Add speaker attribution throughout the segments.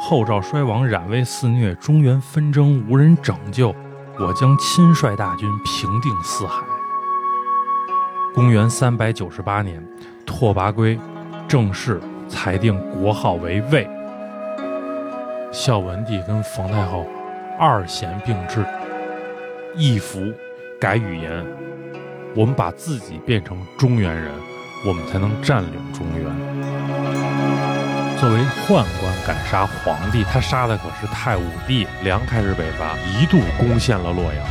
Speaker 1: 后赵衰亡，冉魏肆虐，中原纷争无人拯救，我将亲率大军平定四海。公元三百九十八年，拓跋圭正式裁定国号为魏。孝文帝跟冯太后二贤并置，易服改语言，我们把自己变成中原人，我们才能占领中原。作为宦官敢杀皇帝，他杀的可是太武帝。梁开始北伐，一度攻陷了洛阳。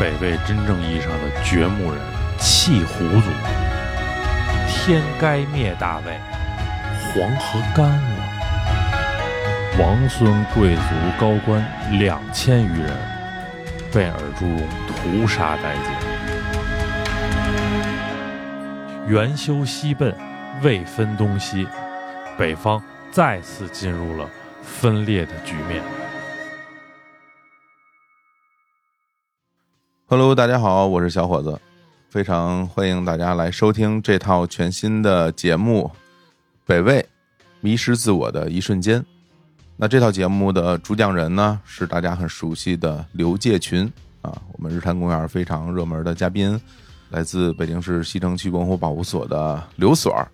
Speaker 1: 北魏真正意义上的掘墓人，弃胡族。天该灭大魏，黄河干了。王孙贵族高官两千余人，被尔朱荣屠杀殆尽。元修西奔，魏分东西，北方再次进入了分裂的局面。
Speaker 2: Hello，大家好，我是小伙子，非常欢迎大家来收听这套全新的节目《北魏迷失自我的一瞬间》。那这套节目的主讲人呢，是大家很熟悉的刘介群啊，我们日坛公园非常热门的嘉宾，来自北京市西城区文物保护所的刘所儿。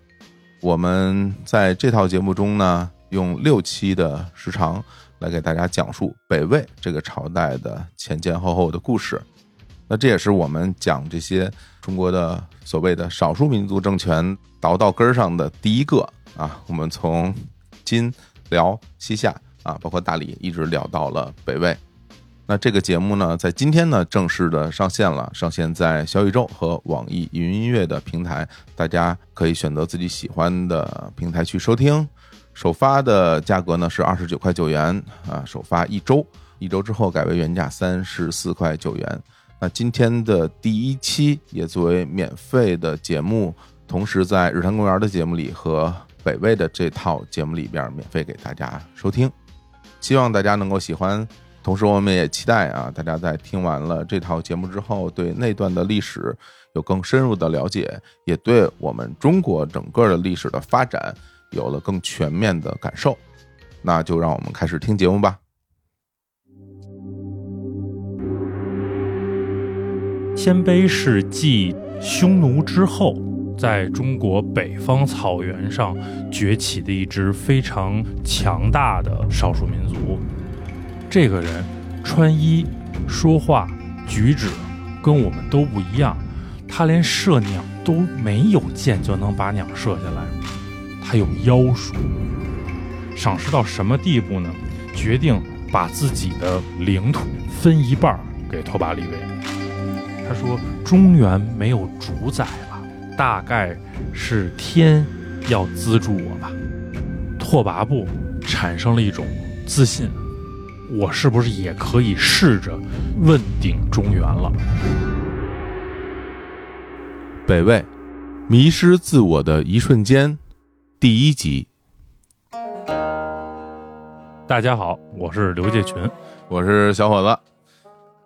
Speaker 2: 我们在这套节目中呢，用六期的时长来给大家讲述北魏这个朝代的前前后后的故事。那这也是我们讲这些中国的所谓的少数民族政权倒到根儿上的第一个啊。我们从金、辽、西夏啊，包括大理，一直聊到了北魏。那这个节目呢，在今天呢正式的上线了，上线在小宇宙和网易云音乐的平台，大家可以选择自己喜欢的平台去收听。首发的价格呢是二十九块九元啊，首发一周，一周之后改为原价三十四块九元。那今天的第一期也作为免费的节目，同时在日坛公园的节目里和北魏的这套节目里边免费给大家收听，希望大家能够喜欢。同时，我们也期待啊，大家在听完了这套节目之后，对那段的历史有更深入的了解，也对我们中国整个的历史的发展有了更全面的感受。那就让我们开始听节目吧。
Speaker 1: 鲜卑氏继匈奴之后，在中国北方草原上崛起的一支非常强大的少数民族。这个人穿衣、说话、举止跟我们都不一样，他连射鸟都没有箭就能把鸟射下来，他有妖术。赏识到什么地步呢？决定把自己的领土分一半儿给拓跋力微。他说中原没有主宰了，大概是天要资助我吧。拓跋部产生了一种自信，我是不是也可以试着问鼎中原了？
Speaker 2: 北魏，迷失自我的一瞬间，第一集。
Speaker 1: 大家好，我是刘介群。
Speaker 2: 我是小伙子。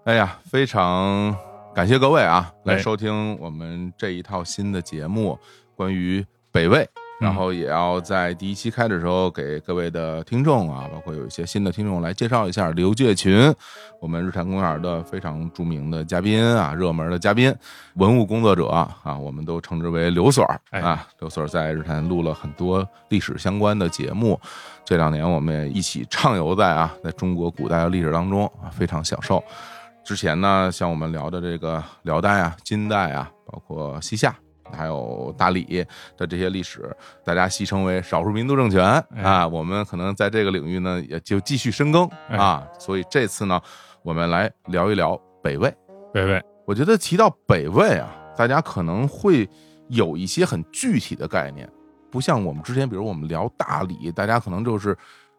Speaker 2: 哎呀，非常感谢各位啊，
Speaker 1: 哎
Speaker 2: 来收听我们这一套新的节目，关于北魏。然后也要在第一期开的时候给各位的听众啊，包括有一些新的听众来介绍一下刘介群，我们日坛公园的非常著名的嘉宾啊，热门的嘉宾，文物工作者啊，我们都称之为刘所儿
Speaker 1: 哎
Speaker 2: 啊。刘所儿在日坛录了很多历史相关的节目，这两年我们也一起畅游在啊，在中国古代的历史当中啊，非常享受。之前呢，像我们聊的这个辽代啊、金代啊，包括西夏，还有大理的这些历史，大家戏称为少数民族政权
Speaker 1: 哎
Speaker 2: 啊。我们可能在这个领域呢，也就继续深耕
Speaker 1: 哎
Speaker 2: 啊。所以这次呢，我们来聊一聊北魏。
Speaker 1: 北魏，
Speaker 2: 我觉得提到北魏啊，大家可能会有一些很具体的概念，不像我们之前，比如我们聊大理，大家可能就是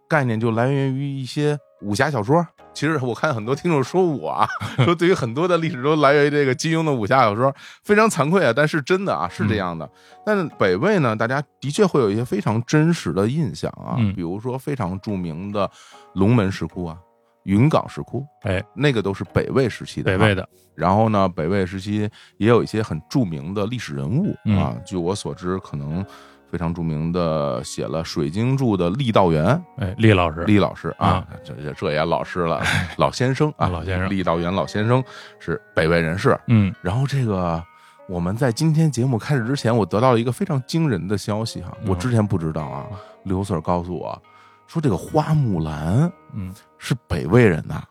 Speaker 2: 概念就来源于一些武侠小说。其实我看很多听众说我啊， 说对于很多的历史都来源于这个金庸的武侠小说，非常惭愧啊，但是真的啊
Speaker 1: 嗯
Speaker 2: 是这样的。但是北魏呢，大家的确会有一些非常真实的印象啊，
Speaker 1: 嗯
Speaker 2: 比如说非常著名的龙门石窟啊、云冈石窟，
Speaker 1: 哎，
Speaker 2: 那个都是北魏时期的、
Speaker 1: 北魏的，
Speaker 2: 然后呢，北魏时期也有一些很著名的历史人物
Speaker 1: 嗯
Speaker 2: 啊。据我所知，可能非常著名的写了《水经注》的郦道元，
Speaker 1: 哎，厉老师，
Speaker 2: 厉老师啊
Speaker 1: 啊，
Speaker 2: 这这这也老师了，老先生啊，
Speaker 1: 老先生
Speaker 2: 郦道元老先生是北魏人士。
Speaker 1: 嗯
Speaker 2: 然后这个我们在今天节目开始之前，我得到了一个非常惊人的消息哈、
Speaker 1: 嗯
Speaker 2: 我之前不知道啊，刘 Sir 告诉我说这个花木兰
Speaker 1: 嗯，
Speaker 2: 是北魏人呐、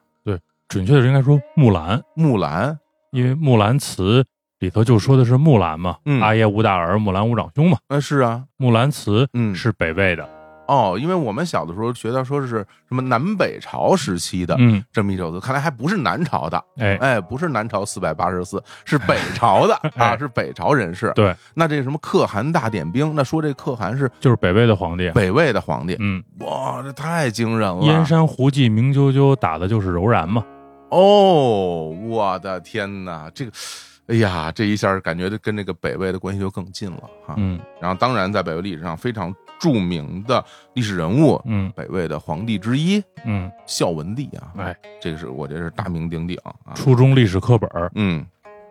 Speaker 1: 准确的是应该说木兰，
Speaker 2: 木兰
Speaker 1: 因为《木兰辞》里头就说的是木兰嘛，
Speaker 2: 嗯
Speaker 1: 阿爷无大儿，木兰无长兄嘛，
Speaker 2: 那、是啊，
Speaker 1: 《木兰辞
Speaker 2: 嗯》
Speaker 1: 是北魏的，
Speaker 2: 哦，因为我们小的时候学到说是什么南北朝时期的。
Speaker 1: 嗯，
Speaker 2: 这么一首词，看来还不是南朝的，
Speaker 1: 哎，
Speaker 2: 哎，不是南朝四百八十四，是北朝的啊，
Speaker 1: 哎
Speaker 2: 是北朝人士。
Speaker 1: 对，
Speaker 2: 那这什么可汗大点兵，那说这可汗是
Speaker 1: 就是北魏的皇帝，
Speaker 2: 北魏的皇帝，
Speaker 1: 嗯，
Speaker 2: 哇，这太惊人了！
Speaker 1: 燕山胡骑明啾啾打的就是柔然嘛，
Speaker 2: 哦，我的天哪，这个，哎呀，这一下感觉跟这个北魏的关系就更近了哈。
Speaker 1: 嗯
Speaker 2: 然后，当然在北魏历史上非常著名的历史人物，
Speaker 1: 嗯
Speaker 2: 北魏的皇帝之一
Speaker 1: 嗯，
Speaker 2: 孝文帝啊，
Speaker 1: 哎，
Speaker 2: 这个是我这是大名鼎鼎啊。
Speaker 1: 初中历史课本儿
Speaker 2: 嗯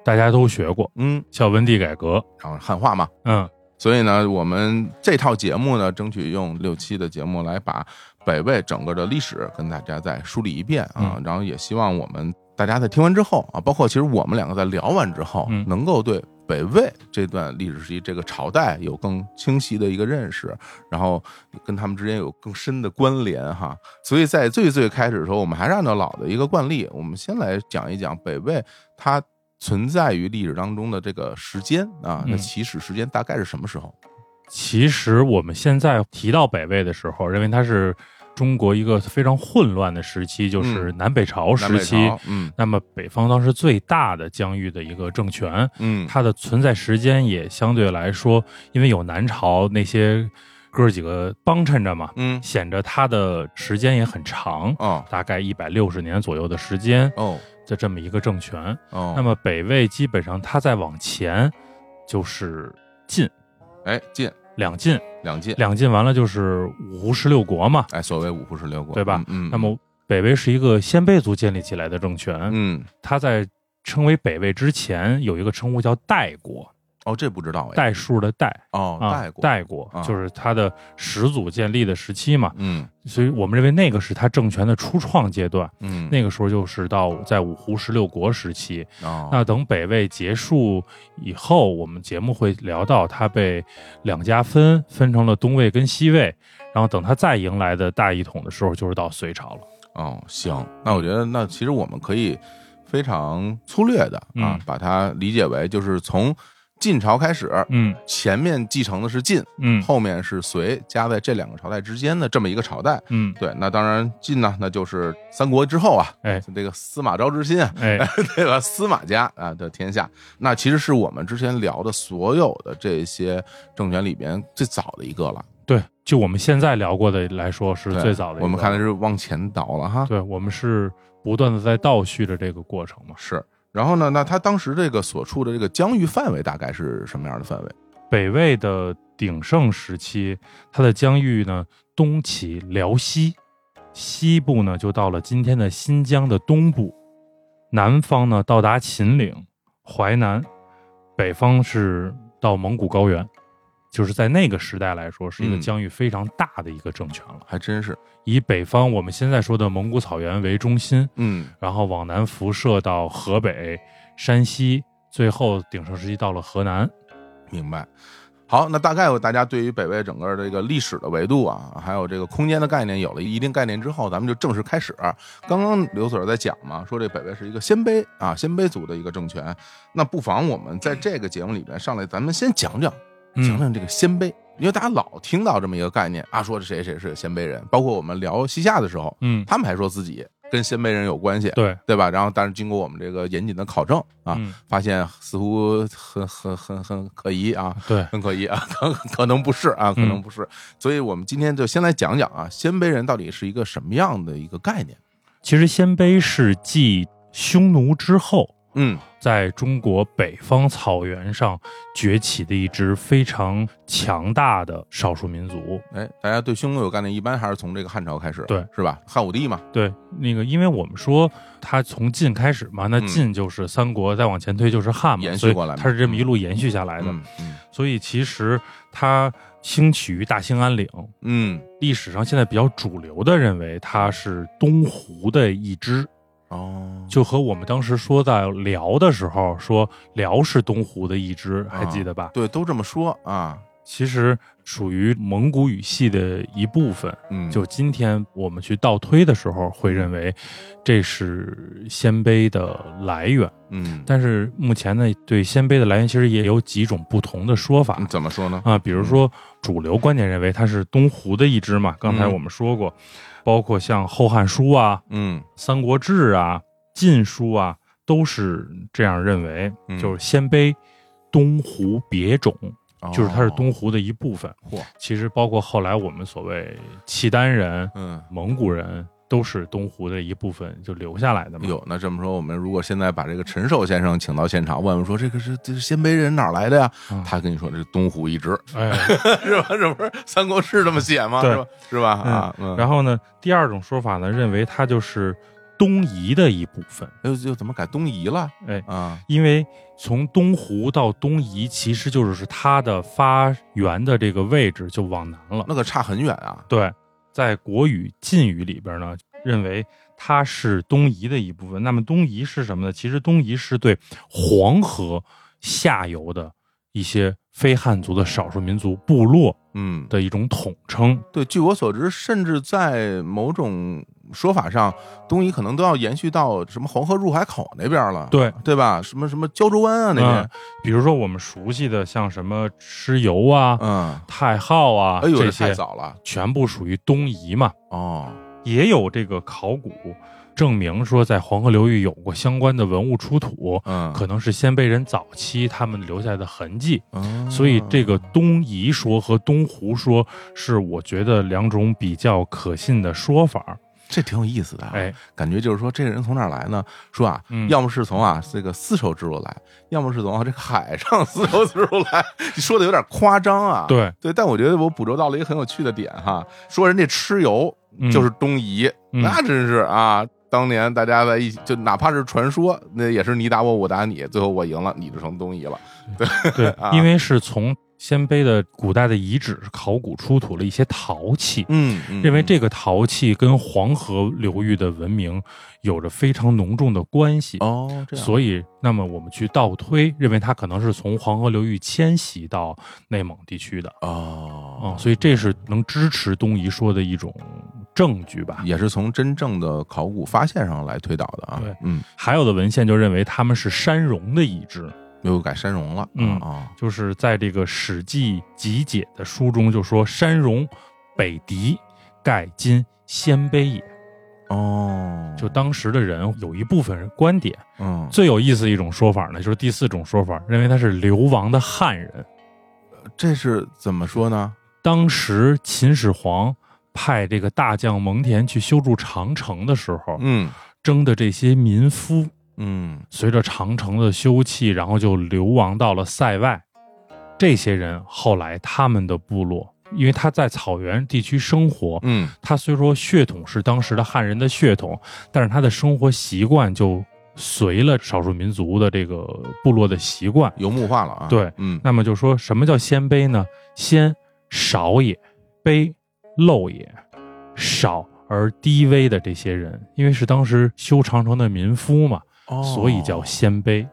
Speaker 1: 大家都学过，
Speaker 2: 嗯，
Speaker 1: 孝文帝改革，
Speaker 2: 然后汉化嘛，
Speaker 1: 嗯，
Speaker 2: 所以呢，我们这套节目呢，争取用六期的节目来把北魏整个的历史跟大家再梳理一遍啊，
Speaker 1: 嗯
Speaker 2: 然后也希望我们大家在听完之后啊，包括其实我们两个在聊完之后，
Speaker 1: 嗯
Speaker 2: 能够对北魏这段历史时期这个朝代有更清晰的一个认识，然后跟他们之间有更深的关联哈。所以在最最开始的时候，我们还是按照老的一个惯例，我们先来讲一讲北魏它。存在于历史当中的这个时间啊，那
Speaker 1: 嗯
Speaker 2: 起始时间大概是什么时候？
Speaker 1: 其实我们现在提到北魏的时候，认为它是中国一个非常混乱的时期，就是南北朝
Speaker 2: 嗯南
Speaker 1: 时
Speaker 2: 北
Speaker 1: 期。
Speaker 2: 朝，嗯
Speaker 1: 那么北方当时最大的疆域的一个政权，
Speaker 2: 嗯，
Speaker 1: 它的存在时间也相对来说，因为有南朝那些哥几个帮衬着嘛，
Speaker 2: 嗯
Speaker 1: 显着它的时间也很长，
Speaker 2: 哦
Speaker 1: 大概一百六十年左右的时间
Speaker 2: 哦
Speaker 1: 的这么一个政权。
Speaker 2: 哦，
Speaker 1: 那么北魏基本上它再往前就是晋，
Speaker 2: 哎晋
Speaker 1: 两晋。
Speaker 2: 两晋，
Speaker 1: 两晋完了就是五胡十六国嘛。
Speaker 2: 哎所谓五胡十六国，
Speaker 1: 对吧
Speaker 2: 嗯？嗯，
Speaker 1: 那么北魏是一个鲜卑族建立起来的政权，
Speaker 2: 嗯
Speaker 1: 它在称为北魏之前有一个称呼叫代国，
Speaker 2: 哦这不知道哎，
Speaker 1: 代数的代
Speaker 2: 哦
Speaker 1: 啊，
Speaker 2: 国，
Speaker 1: 代国
Speaker 2: 啊
Speaker 1: 就是它的始祖建立的时期嘛。
Speaker 2: 嗯
Speaker 1: 所以我们认为那个是它政权的初创阶段，
Speaker 2: 嗯，
Speaker 1: 那个时候就是到在五胡十六国时期。
Speaker 2: 哦
Speaker 1: 那等北魏结束以后，我们节目会聊到它被两家分分成了东魏跟西魏，然后等它再迎来的大一统的时候，就是到隋朝了。
Speaker 2: 哦行，那我觉得那其实我们可以非常粗略的
Speaker 1: 嗯，
Speaker 2: 啊把它理解为就是从晋朝开始，
Speaker 1: 嗯
Speaker 2: 前面继承的是晋，
Speaker 1: 嗯
Speaker 2: 后面是隋，夹在这两个朝代之间的这么一个朝代。
Speaker 1: 嗯，
Speaker 2: 对，那当然晋呢，那就是三国之后啊，
Speaker 1: 哎
Speaker 2: 这个司马昭之心啊，
Speaker 1: 哎，
Speaker 2: 对吧？司马家啊的天下，那其实是我们之前聊的所有的这些政权里边最早的一个了。
Speaker 1: 对，就我们现在聊过的来说，是
Speaker 2: 对
Speaker 1: 最早的一个。
Speaker 2: 我们看的是往前倒了哈。
Speaker 1: 对，我们是不断的在倒叙着这个过程嘛。
Speaker 2: 是，然后呢，那他当时这个所处的这个疆域范围大概是什么样的范围？
Speaker 1: 北魏的鼎盛时期，它的疆域呢，东起辽西，西部呢就到了今天的新疆的东部，南方呢到达秦岭、淮南，北方是到蒙古高原。就是在那个时代来说，是一个
Speaker 2: 嗯
Speaker 1: 疆域非常大的一个政权了。
Speaker 2: 还真是，
Speaker 1: 以北方我们现在说的蒙古草原为中心，
Speaker 2: 嗯，
Speaker 1: 然后往南辐射到河北、山西，最后鼎盛时期到了河南。
Speaker 2: 明白。好，那大概大家对于北魏整个这个历史的维度啊，还有这个空间的概念有了一定概念之后，咱们就正式开始。刚刚刘 Sir 在讲嘛，说这北魏是一个鲜卑啊，鲜卑族的一个政权。那不妨我们在这个节目里边上来，咱们先讲讲讲
Speaker 1: 嗯
Speaker 2: 讲这个鲜卑，因为大家老听到这么一个概念啊，说谁谁是鲜卑人，包括我们聊西夏的时候，
Speaker 1: 嗯，
Speaker 2: 他们还说自己跟鲜卑人有关系，啊
Speaker 1: 对
Speaker 2: 对吧？然后但是经过我们这个严谨的考证啊，
Speaker 1: 嗯
Speaker 2: 发现似乎很很很很可疑啊，
Speaker 1: 对，
Speaker 2: 很可疑啊，可可能不是啊，可
Speaker 1: 嗯
Speaker 2: 能不是。所以我们今天就先来讲讲啊，鲜卑人到底是一个什么样的一个概念？
Speaker 1: 其实鲜卑是继匈奴之后，
Speaker 2: 嗯
Speaker 1: 在中国北方草原上崛起的一支非常强大的少数民族。
Speaker 2: 哎，大家对匈奴有概念，一般还是从这个汉朝开始，
Speaker 1: 对，
Speaker 2: 是吧？汉武帝嘛，
Speaker 1: 对，那个因为我们说它从晋开始嘛，那
Speaker 2: 嗯
Speaker 1: 晋就是三国，再往前推就是汉嘛，
Speaker 2: 延续
Speaker 1: 所以
Speaker 2: 过来嘛
Speaker 1: 它是这么一路延续下来的。
Speaker 2: 嗯嗯
Speaker 1: 所以其实它兴起于大兴安岭。
Speaker 2: 嗯，
Speaker 1: 历史上现在比较主流的认为它是东胡的一支，
Speaker 2: 哦，
Speaker 1: 就和我们当时说到辽的时候说辽是东胡的一支，
Speaker 2: 啊
Speaker 1: 还记得吧？
Speaker 2: 对，都这么说啊，
Speaker 1: 其实属于蒙古语系的一部分。
Speaker 2: 嗯，
Speaker 1: 就今天我们去倒推的时候，会认为这是鲜卑的来源。
Speaker 2: 嗯，
Speaker 1: 但是目前呢，对鲜卑的来源其实也有几种不同的说法
Speaker 2: 嗯怎么说呢？
Speaker 1: 啊，比如说主流观点认为它是东胡的一支嘛，刚才
Speaker 2: 嗯
Speaker 1: 我们说过，包括像《后汉书》啊、
Speaker 2: 嗯
Speaker 1: 《三国志》啊、《晋书》啊，都是这样认为，
Speaker 2: 嗯
Speaker 1: 就是鲜卑东胡别种。
Speaker 2: 哦
Speaker 1: 就是它是东胡的一部分。
Speaker 2: 嚯
Speaker 1: 其实包括后来我们所谓契丹人、
Speaker 2: 嗯。
Speaker 1: 蒙古人都是东胡的一部分，就留下来的嘛。
Speaker 2: 有，那这么说，我们如果现在把这个陈寿先生请到现场，问问说这个是这是鲜卑人哪儿来的呀？
Speaker 1: 嗯
Speaker 2: 他跟你说这是东胡一支，
Speaker 1: 哎，
Speaker 2: 是吧？这不是三国志这么写吗？
Speaker 1: 对
Speaker 2: 是吧？是吧？啊， 嗯，
Speaker 1: 然后呢，第二种说法呢，认为它就是东夷的一部分，
Speaker 2: 又又怎么改东夷了？
Speaker 1: 哎
Speaker 2: 啊，
Speaker 1: 因为从东胡到东夷，其实就是它的发源的这个位置就往南了。
Speaker 2: 那可差很远啊。
Speaker 1: 对，在国语、晋语里边呢，认为它是东夷的一部分。那么东夷是什么呢？其实东夷是对黄河下游的一些非汉族的少数民族部落
Speaker 2: 嗯，
Speaker 1: 的一种统称。
Speaker 2: 对，据我所知，甚至在某种说法上，东夷可能都要延续到什么黄河入海口那边了，
Speaker 1: 对
Speaker 2: 对吧？什么什么胶州湾啊那
Speaker 1: 嗯
Speaker 2: 边，，
Speaker 1: 比如说我们熟悉的像什么蚩尤啊、
Speaker 2: 嗯，
Speaker 1: 太昊啊、
Speaker 2: 哎呦，
Speaker 1: 这
Speaker 2: 这太
Speaker 1: 些，
Speaker 2: 早了
Speaker 1: 全部属于东夷嘛。
Speaker 2: 哦，
Speaker 1: 也有这个考古证明说，在黄河流域有过相关的文物出土。
Speaker 2: 嗯，
Speaker 1: 可能是鲜卑人早期他们留下的痕迹，
Speaker 2: 哦
Speaker 1: 所以这个东夷说和东胡说是我觉得两种比较可信的说法。
Speaker 2: 这挺有意思的，啊
Speaker 1: 哎，
Speaker 2: 感觉就是说这个人从哪儿来呢？说啊，
Speaker 1: 嗯
Speaker 2: 要么是从啊这个丝绸之路来，要么是从啊这个海上丝绸之路来， 你说的有点夸张啊，
Speaker 1: 对，
Speaker 2: 对，但我觉得我捕捉到了一个很有趣的点哈，说人家蚩尤
Speaker 1: 嗯
Speaker 2: 就是东夷，
Speaker 1: 嗯
Speaker 2: 那真是啊，当年大家在一起，就哪怕是传说，那也是你打我，我打你，最后我赢了，你就成东夷了。
Speaker 1: 对
Speaker 2: 啊，
Speaker 1: 因为是从鲜卑的古代的遗址考古出土了一些陶器，
Speaker 2: 嗯，嗯
Speaker 1: 认为这个陶器跟黄河流域的文明有着非常浓重的关系。
Speaker 2: 哦，这样，
Speaker 1: 所以，那么我们去倒推，认为它可能是从黄河流域迁徙到内蒙地区的。
Speaker 2: 哦
Speaker 1: 啊、所以这是能支持东夷说的一种证据吧。
Speaker 2: 也是从真正的考古发现上来推导的啊。
Speaker 1: 对，
Speaker 2: 嗯，
Speaker 1: 还有的文献就认为他们是山戎的一支，
Speaker 2: 又改山戎了。
Speaker 1: 嗯
Speaker 2: 啊，
Speaker 1: 就是在这个《史记集解》的书中就说山戎北狄，盖今鲜卑也。
Speaker 2: 哦，
Speaker 1: 就当时的人有一部分人观点，
Speaker 2: 嗯，
Speaker 1: 最有意思一种说法呢，就是第四种说法，认为他是流亡的汉人。
Speaker 2: 这是怎么说呢？
Speaker 1: 当时秦始皇派这个大将蒙恬去修筑长城的时候，
Speaker 2: 嗯
Speaker 1: 征的这些民夫，
Speaker 2: 嗯，
Speaker 1: 随着长城的修葺，然后就流亡到了塞外。这些人后来他们的部落，因为他在草原地区生活，
Speaker 2: 嗯，
Speaker 1: 他虽说血统是当时的汉人的血统，但是他的生活习惯就随了少数民族的这个部落的习惯。
Speaker 2: 游牧化了啊。
Speaker 1: 对，
Speaker 2: 嗯
Speaker 1: 那么就说什么叫鲜卑呢？鲜少也，卑陋也，少而低微的这些人，因为是当时修长城的民夫嘛，
Speaker 2: 哦
Speaker 1: 所以叫鲜卑。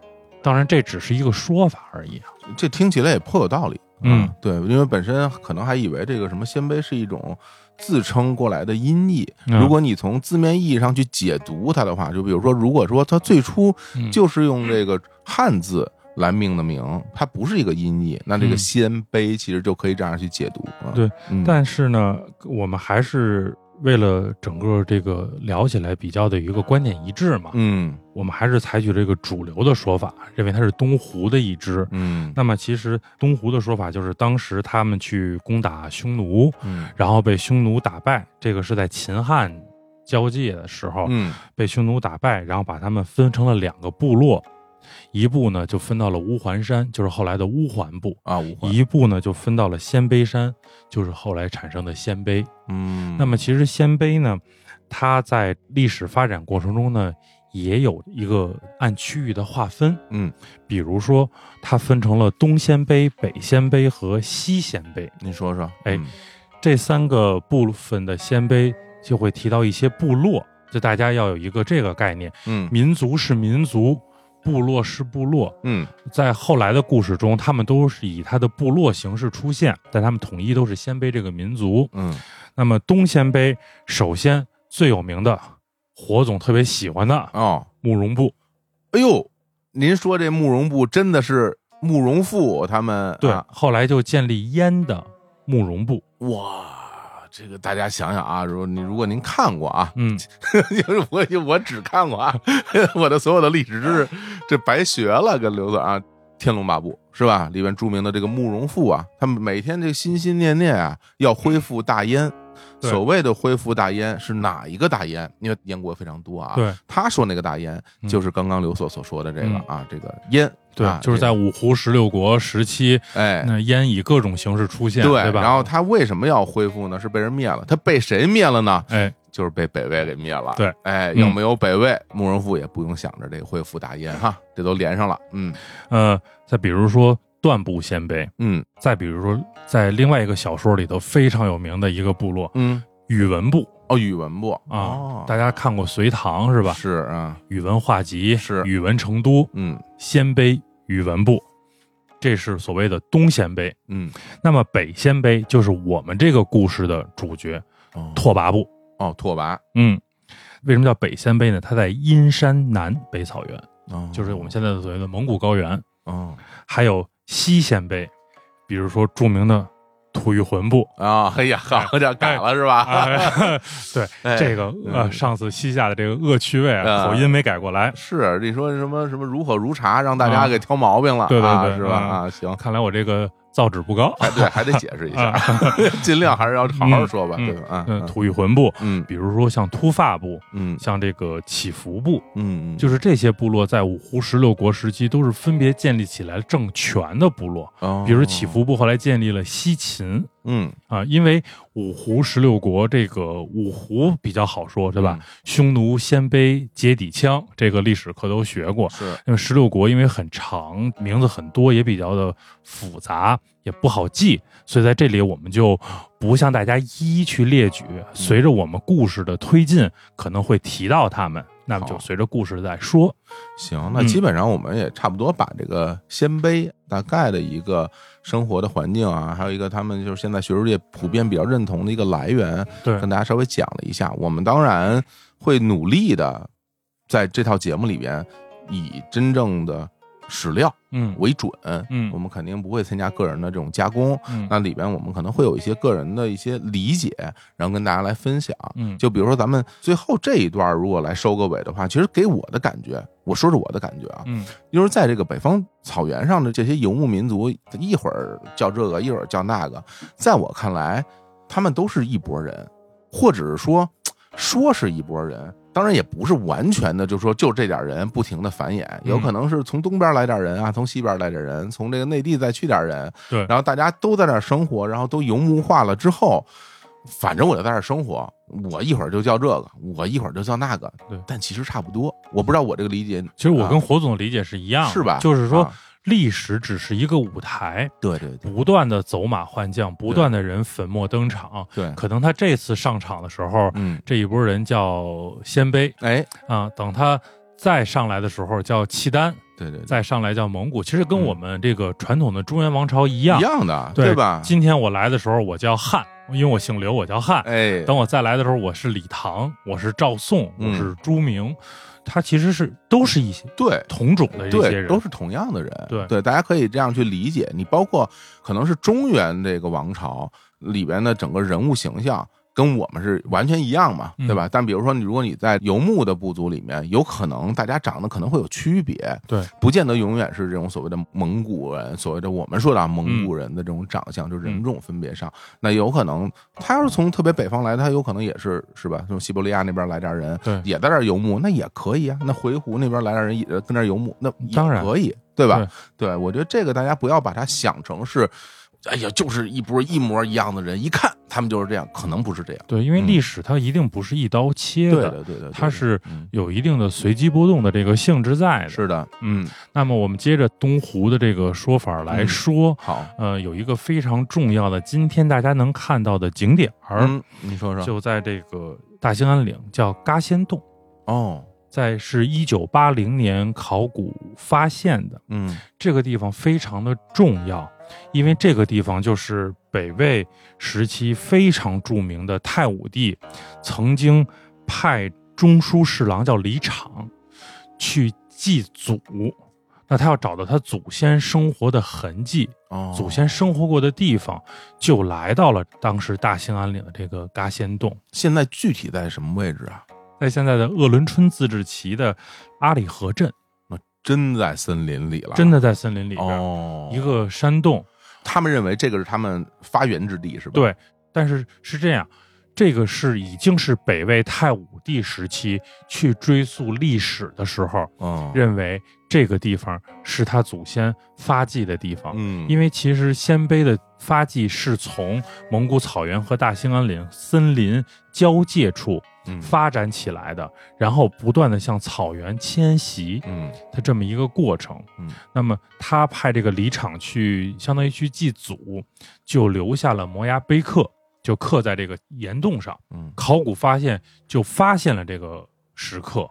Speaker 1: 当然，这只是一个说法而已啊。
Speaker 2: 这听起来也颇有道理。
Speaker 1: 嗯
Speaker 2: 啊，对，因为本身可能还以为这个什么鲜卑是一种自称过来的音译，
Speaker 1: 嗯
Speaker 2: 如果你从字面意义上去解读它的话，就比如说，如果说它最初
Speaker 1: 嗯
Speaker 2: 就是用这个汉字来命的名，它不是一个音译，那这个
Speaker 1: 嗯
Speaker 2: 鲜卑其实就可以这样去解读。啊
Speaker 1: 对，
Speaker 2: 嗯
Speaker 1: 但是呢，我们还是为了整个这个聊起来比较的有一个观点一致嘛，
Speaker 2: 嗯
Speaker 1: 我们还是采取这个主流的说法，认为它是东胡的一支。
Speaker 2: 嗯
Speaker 1: 那么，其实东胡的说法就是，当时他们去攻打匈奴，
Speaker 2: 嗯
Speaker 1: 然后被匈奴打败，这个是在秦汉交界的时候
Speaker 2: 嗯
Speaker 1: 被匈奴打败，然后把他们分成了两个部落，一部呢就分到了乌桓山，就是后来的乌桓部；
Speaker 2: 啊，五环，
Speaker 1: 一部呢就分到了鲜卑山，就是后来产生的鲜卑。
Speaker 2: 嗯，
Speaker 1: 那么其实鲜卑呢，它在历史发展过程中呢，也有一个按区域的划分。
Speaker 2: 嗯，
Speaker 1: 比如说它分成了东鲜卑、北鲜卑和西鲜卑
Speaker 2: 您说说，
Speaker 1: 哎
Speaker 2: 嗯
Speaker 1: 这三个部分的鲜卑，就会提到一些部落，就大家要有一个这个概念，
Speaker 2: 嗯
Speaker 1: 民族是民族。部落是部落，
Speaker 2: 嗯
Speaker 1: 在后来的故事中，他们都是以他的部落形式出现，但他们统一都是鲜卑这个民族。
Speaker 2: 嗯
Speaker 1: 那么东鲜卑首先最有名的，火总特别喜欢的
Speaker 2: 哦，
Speaker 1: 慕容部，
Speaker 2: 哎呦，您说这慕容部真的是慕容复他们
Speaker 1: 对，
Speaker 2: 啊
Speaker 1: 后来就建立燕的慕容部，
Speaker 2: 哇，这个大家想想啊，如果你如果您看过啊，
Speaker 1: 嗯，
Speaker 2: 就是我就我只看过啊， 我的所有的历史知识这白学了，跟刘总啊，《天龙八部》是吧？里面著名的这个慕容复啊，他们每天这心心念念啊，要恢复大燕。
Speaker 1: 嗯对
Speaker 2: 所谓的恢复大燕是哪一个大燕？因为燕国非常多啊。
Speaker 1: 对
Speaker 2: 他说那个大燕
Speaker 1: 嗯
Speaker 2: 就是刚刚刘所所说的这个啊，这个燕。啊
Speaker 1: 对，就是在五胡十六国时期，
Speaker 2: 这个哎，
Speaker 1: 那燕以各种形式出现，
Speaker 2: 对，
Speaker 1: 吧？
Speaker 2: 然后他为什么要恢复呢？是被人灭了。他被谁灭了呢？
Speaker 1: 哎，
Speaker 2: 就是被北魏给灭了。
Speaker 1: 对，
Speaker 2: 哎，
Speaker 1: 嗯
Speaker 2: 要没有北魏，慕容复也不用想着这个恢复大燕哈，这都连上了。嗯
Speaker 1: 呃，再比如说段部鲜卑，
Speaker 2: 嗯
Speaker 1: 再比如说在另外一个小说里头非常有名的一个部落
Speaker 2: 嗯，
Speaker 1: 宇文部
Speaker 2: 哦，宇文部
Speaker 1: 啊，
Speaker 2: 哦
Speaker 1: 大家看过《隋唐》是吧？
Speaker 2: 是啊，
Speaker 1: 宇文化及
Speaker 2: 是
Speaker 1: 宇文成都，
Speaker 2: 嗯
Speaker 1: 鲜卑、宇文部，这是所谓的东鲜卑。
Speaker 2: 嗯，
Speaker 1: 那么北鲜卑就是我们这个故事的主角
Speaker 2: 哦
Speaker 1: 拓跋部。
Speaker 2: 哦，拓跋，
Speaker 1: 嗯，为什么叫北鲜卑呢？它在阴山南北草原，
Speaker 2: 哦
Speaker 1: 就是我们现在的所谓的蒙古高原，
Speaker 2: 哦
Speaker 1: 还有西鲜卑，比如说著名的吐谷浑 部。
Speaker 2: 啊，哎呀，好这改了是吧？
Speaker 1: 啊， 对
Speaker 2: 哎
Speaker 1: 这个呃，
Speaker 2: 嗯
Speaker 1: 上次西夏的这个恶趣味啊，
Speaker 2: 啊
Speaker 1: 口音没改过来，
Speaker 2: 是，你说什么什么如火如茶，让大家
Speaker 1: 啊
Speaker 2: 给挑毛病了
Speaker 1: 对对
Speaker 2: 啊
Speaker 1: 对
Speaker 2: 是吧？
Speaker 1: 嗯
Speaker 2: 啊，哎行，
Speaker 1: 看来我这个造纸不高。
Speaker 2: 还对，还得解释一下
Speaker 1: 啊，
Speaker 2: 尽量还是要好好说吧，
Speaker 1: 嗯
Speaker 2: 对吧？啊
Speaker 1: 嗯，吐谷浑部，
Speaker 2: 嗯
Speaker 1: 比如说像秃发部，
Speaker 2: 嗯
Speaker 1: 像这个乞伏部，
Speaker 2: 嗯嗯，
Speaker 1: 就是这些部落在五胡十六国时期都是分别建立起来政权的部落。
Speaker 2: 哦
Speaker 1: 比如乞，伏部后来建立了西秦
Speaker 2: 嗯，
Speaker 1: 啊，因为五胡十六国这个五胡比较好说，对
Speaker 2: 嗯
Speaker 1: 吧？匈奴、鲜卑、揭底羌，这个历史课都学过。
Speaker 2: 是，
Speaker 1: 因为十六国因为很长，名字很多，也比较的复杂，也不好记，所以在这里我们就不向大家一一去列举。
Speaker 2: 嗯
Speaker 1: 随着我们故事的推进，可能会提到他们，那么就
Speaker 2: 好
Speaker 1: 随着故事再说。
Speaker 2: 行，那
Speaker 1: 嗯
Speaker 2: 基本上我们也差不多把这个鲜卑大概的一个生活的环境啊，还有一个他们就是现在学术界普遍比较认同的一个来源，
Speaker 1: 对
Speaker 2: 跟大家稍微讲了一下。我们当然会努力的在这套节目里边以真正的史料
Speaker 1: 嗯
Speaker 2: 为准，
Speaker 1: 嗯
Speaker 2: 我们啊肯定不会参加个人的这种加工。
Speaker 1: 嗯
Speaker 2: 那里边我们可能会有一些个人的一些理解，然后跟大家来分享。
Speaker 1: 嗯
Speaker 2: 就比如说咱们最后这一段，如果来收个尾的话，其实给我的感觉，我说说我的感觉啊，
Speaker 1: 嗯
Speaker 2: 就是在这个北方草原上的这些游牧民族，一会儿叫这个，一会儿叫那个，在我看来，他们都是一拨人，或者是说说是一拨人。当然也不是完全的，就说就这点人不停的繁衍，
Speaker 1: 嗯
Speaker 2: 有可能是从东边来点人啊，从西边来点人，从这个内地再去点人，
Speaker 1: 对
Speaker 2: 然后大家都在那儿生活，然后都游牧化了之后，反正我就在这儿生活，我一会儿就叫这个，我一会儿就叫那个，
Speaker 1: 对
Speaker 2: 但其实差不多。我不知道我这个理解，
Speaker 1: 其实我
Speaker 2: 啊
Speaker 1: 跟火总的理解是一样的，
Speaker 2: 是吧？
Speaker 1: 就是说
Speaker 2: 啊，
Speaker 1: 历史只是一个舞台，
Speaker 2: 对对对
Speaker 1: 不断的走马换将，不断的人粉墨登场。
Speaker 2: 对，
Speaker 1: 可能他这次上场的时候，
Speaker 2: 嗯，
Speaker 1: 这一波人叫鲜卑
Speaker 2: 哎，
Speaker 1: 啊，等他再上来的时候叫契丹，
Speaker 2: 对对，对
Speaker 1: 再上来叫蒙古。其实跟
Speaker 2: 嗯
Speaker 1: 我们这个传统的中原王朝一样，
Speaker 2: 一样啊的，
Speaker 1: 对
Speaker 2: 吧？
Speaker 1: 今天我来的时候我叫汉，因为我姓刘，我叫汉。
Speaker 2: 哎，
Speaker 1: 等我再来的时候，我是李唐，我是赵宋，
Speaker 2: 嗯
Speaker 1: 我是朱明，他其实是都是一些
Speaker 2: 对。
Speaker 1: 同种的这些
Speaker 2: 对，
Speaker 1: 人，
Speaker 2: 都是同样的人。
Speaker 1: 对
Speaker 2: 大家可以这样去理解。你包括可能是中原这个王朝里边的整个人物形象，跟我们是完全一样嘛，
Speaker 1: 嗯
Speaker 2: 对吧？但比如说，你如果你在游牧的部族里面，有可能大家长得可能会有区别，
Speaker 1: 对，
Speaker 2: 不见得永远是这种所谓的蒙古人，所谓的我们说的啊蒙
Speaker 1: 嗯
Speaker 2: 古人的这种长相，就人种分别上，那有可能他要是从特别北方来，他有可能也是是吧？从西伯利亚那边来点儿人，
Speaker 1: 对
Speaker 2: 也在这儿游牧，那也可以啊。那回鹘那边来点儿人也跟这儿游牧，那也
Speaker 1: 当然
Speaker 2: 可以，对吧？对，我觉得这个大家不要把它想成是，哎呀，就是一波一模一样的人，一看他们就是这样，可能不是这样。
Speaker 1: 对，因为
Speaker 2: 嗯
Speaker 1: 历史它一定不是一刀切
Speaker 2: 对
Speaker 1: 的，
Speaker 2: 的，对的，对的
Speaker 1: 它是
Speaker 2: 嗯
Speaker 1: 有一定的随机波动的这个性质在的。
Speaker 2: 是的，嗯，
Speaker 1: 那么我们接着东湖的这个说法来
Speaker 2: 嗯
Speaker 1: 说，
Speaker 2: 好，
Speaker 1: 呃，有一个非常重要的，今天大家能看到的景点儿，
Speaker 2: 嗯，你说说，
Speaker 1: 就在这个大兴安岭，叫嘎仙洞，
Speaker 2: 哦，
Speaker 1: 在是一九八零年考古发现的。
Speaker 2: 嗯，
Speaker 1: 这个地方非常的重要，因为这个地方就是北魏时期非常著名的太武帝曾经派中书侍郎叫李昶去祭祖，那他要找到他祖先生活的痕迹，
Speaker 2: 哦，
Speaker 1: 祖先生活过的地方，就来到了当时大兴安岭的这个嘎仙洞，
Speaker 2: 现在具体在什么位置啊？
Speaker 1: 在现在的鄂伦春自治旗的阿里河镇，
Speaker 2: 真在森林里了，
Speaker 1: 真
Speaker 2: 的
Speaker 1: 的在森林里边、
Speaker 2: 哦，
Speaker 1: 一个山洞。
Speaker 2: 他们认为这个是他们发源之地，是吧？，
Speaker 1: 对，但是是这样，这个是已经是北魏太武帝时期去追溯历史的时候，
Speaker 2: 嗯，
Speaker 1: 认为这个地方是他祖先发迹的地方。
Speaker 2: 嗯，
Speaker 1: 因
Speaker 2: 为
Speaker 1: 为其实鲜卑的发迹是从蒙古草原和大兴安岭森林交界处
Speaker 2: 嗯
Speaker 1: 发展起来的，然后不断的向草原迁徙，
Speaker 2: 嗯
Speaker 1: 它这么一个过程。
Speaker 2: 嗯，
Speaker 1: 那么他派这个李昶去，相当于去祭祖，就留下了摩崖碑刻，就刻在这个岩洞上。
Speaker 2: 嗯
Speaker 1: 考古发现就发现了这个石刻，